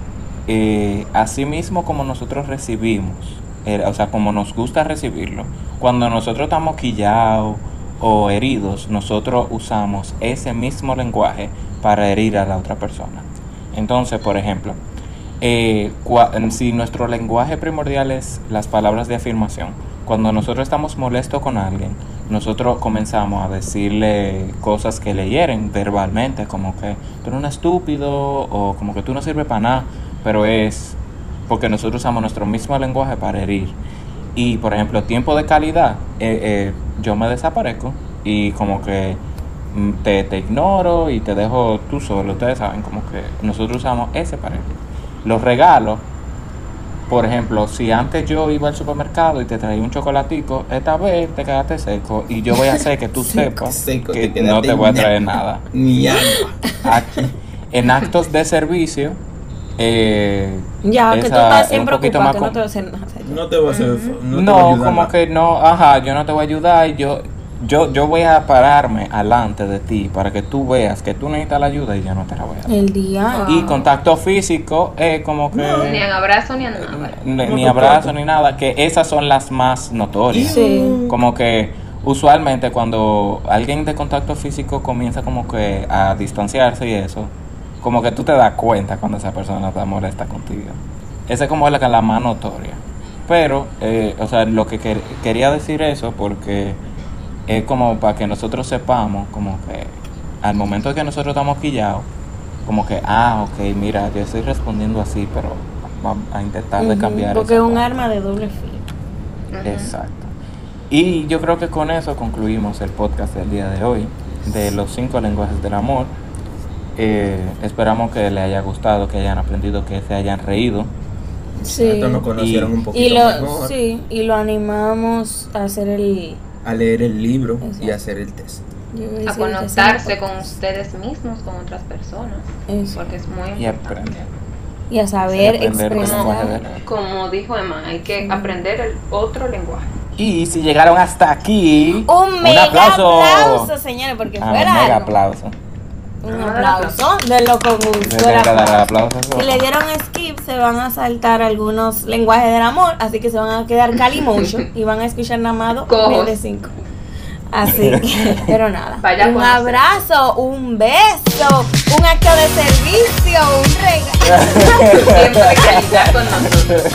S4: eh, así mismo como nosotros recibimos, eh, o sea, como nos gusta recibirlo, cuando nosotros estamos quillados o heridos, nosotros usamos ese mismo lenguaje para herir a la otra persona. Entonces, por ejemplo, eh, cua- si nuestro lenguaje primordial es las palabras de afirmación, cuando nosotros estamos molestos con alguien, nosotros comenzamos a decirle cosas que le hieren verbalmente, como que tú eres un estúpido o como que tú no sirves para nada, pero es porque nosotros usamos nuestro mismo lenguaje para herir. Y por ejemplo, tiempo de calidad, eh, eh, yo me desaparezco y como que mm, te, te ignoro y te dejo tú solo. Ustedes saben, como que nosotros usamos ese para herir. Los regalos, por ejemplo, si antes yo iba al supermercado y te traía un chocolatico, esta vez te quedaste seco y yo voy a hacer que tú
S5: Seco,
S4: sepas
S5: seco,
S4: que
S5: te
S4: no
S5: quedaste
S4: te voy a traer
S5: na-
S4: nada.
S5: Ni agua.
S4: Ac- en actos de servicio, eh,
S2: Ya, que tú
S4: esa
S2: estás
S4: es
S2: siempre
S4: un poquito
S2: ocupado,
S4: más
S2: que no
S4: com-
S2: te va a hacer nada.
S5: No te voy a
S2: Mm.
S5: hacer. No, te voy a
S4: no,
S5: ayudar,
S4: como
S5: no.
S4: que no, ajá, yo no te voy a ayudar, yo, yo, yo voy a pararme alante de ti para que tú veas que tú necesitas la ayuda y yo no te la voy a dar.
S2: El día.
S4: Y contacto físico es como que
S3: Ni en abrazo ni en nada.
S4: ni,
S5: No
S4: ni
S5: te
S4: abrazo
S5: toco.
S4: ni nada, que esas son las más notorias.
S2: Sí.
S4: Como que usualmente cuando alguien de contacto físico comienza como que a distanciarse y eso, como que tú te das cuenta cuando esa persona está molesta contigo. Esa es como la, la más notoria. Pero, eh, o sea, lo que quer- quería decir eso porque es como para que nosotros sepamos, como que al momento que nosotros estamos quillados, como que, ah, ok, mira, yo estoy respondiendo así, pero vamos a intentar de
S2: Ujú,
S4: cambiar
S2: Porque es
S4: esa
S2: un
S4: parte.
S2: arma de doble filo.
S4: Exacto. Y yo creo que con eso concluimos el podcast del día de hoy, de los cinco lenguajes del amor. Eh, esperamos que les haya gustado, que hayan aprendido, que se hayan reído.
S2: Sí.
S5: Esto nos conocieron
S4: Y-
S5: un poquito
S2: Y lo,
S5: mejor.
S2: sí, y lo animamos a hacer el.
S5: A leer el libro y
S2: Exacto.
S5: hacer el test.
S2: yo iba decir
S3: A
S2: que
S3: conectarse
S2: sea-
S3: con ustedes mismos, con otras personas,
S2: Eso.
S3: porque es muy
S4: Y aprender.
S3: importante.
S2: Y a saber
S4: Sí, aprender con lenguaje
S2: expresar.
S4: del-
S3: Como dijo Emma, hay que aprender el otro lenguaje.
S4: Y si llegaron hasta aquí,
S2: Un mega aplauso, señores, porque
S4: Ah,
S2: fuera
S4: un mega
S2: algo.
S4: aplauso.
S2: Un aplauso de loco gusto.
S4: Debe dar aplausos.
S2: Si le dieron skip, se van a saltar algunos lenguajes del amor, así que se van a quedar
S3: [laughs]
S2: calimocho y van a escuchar nada más dos
S3: Cojos.
S2: de cinco. Así
S4: [laughs]
S2: que, pero nada.
S3: Vaya
S2: un
S3: con usted.
S2: abrazo, un beso, un acto de servicio, un regalo.
S3: Tiempo de calidad con nosotros.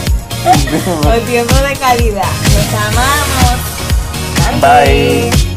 S2: Por tiempo de calidad. Los amamos.
S4: Bye.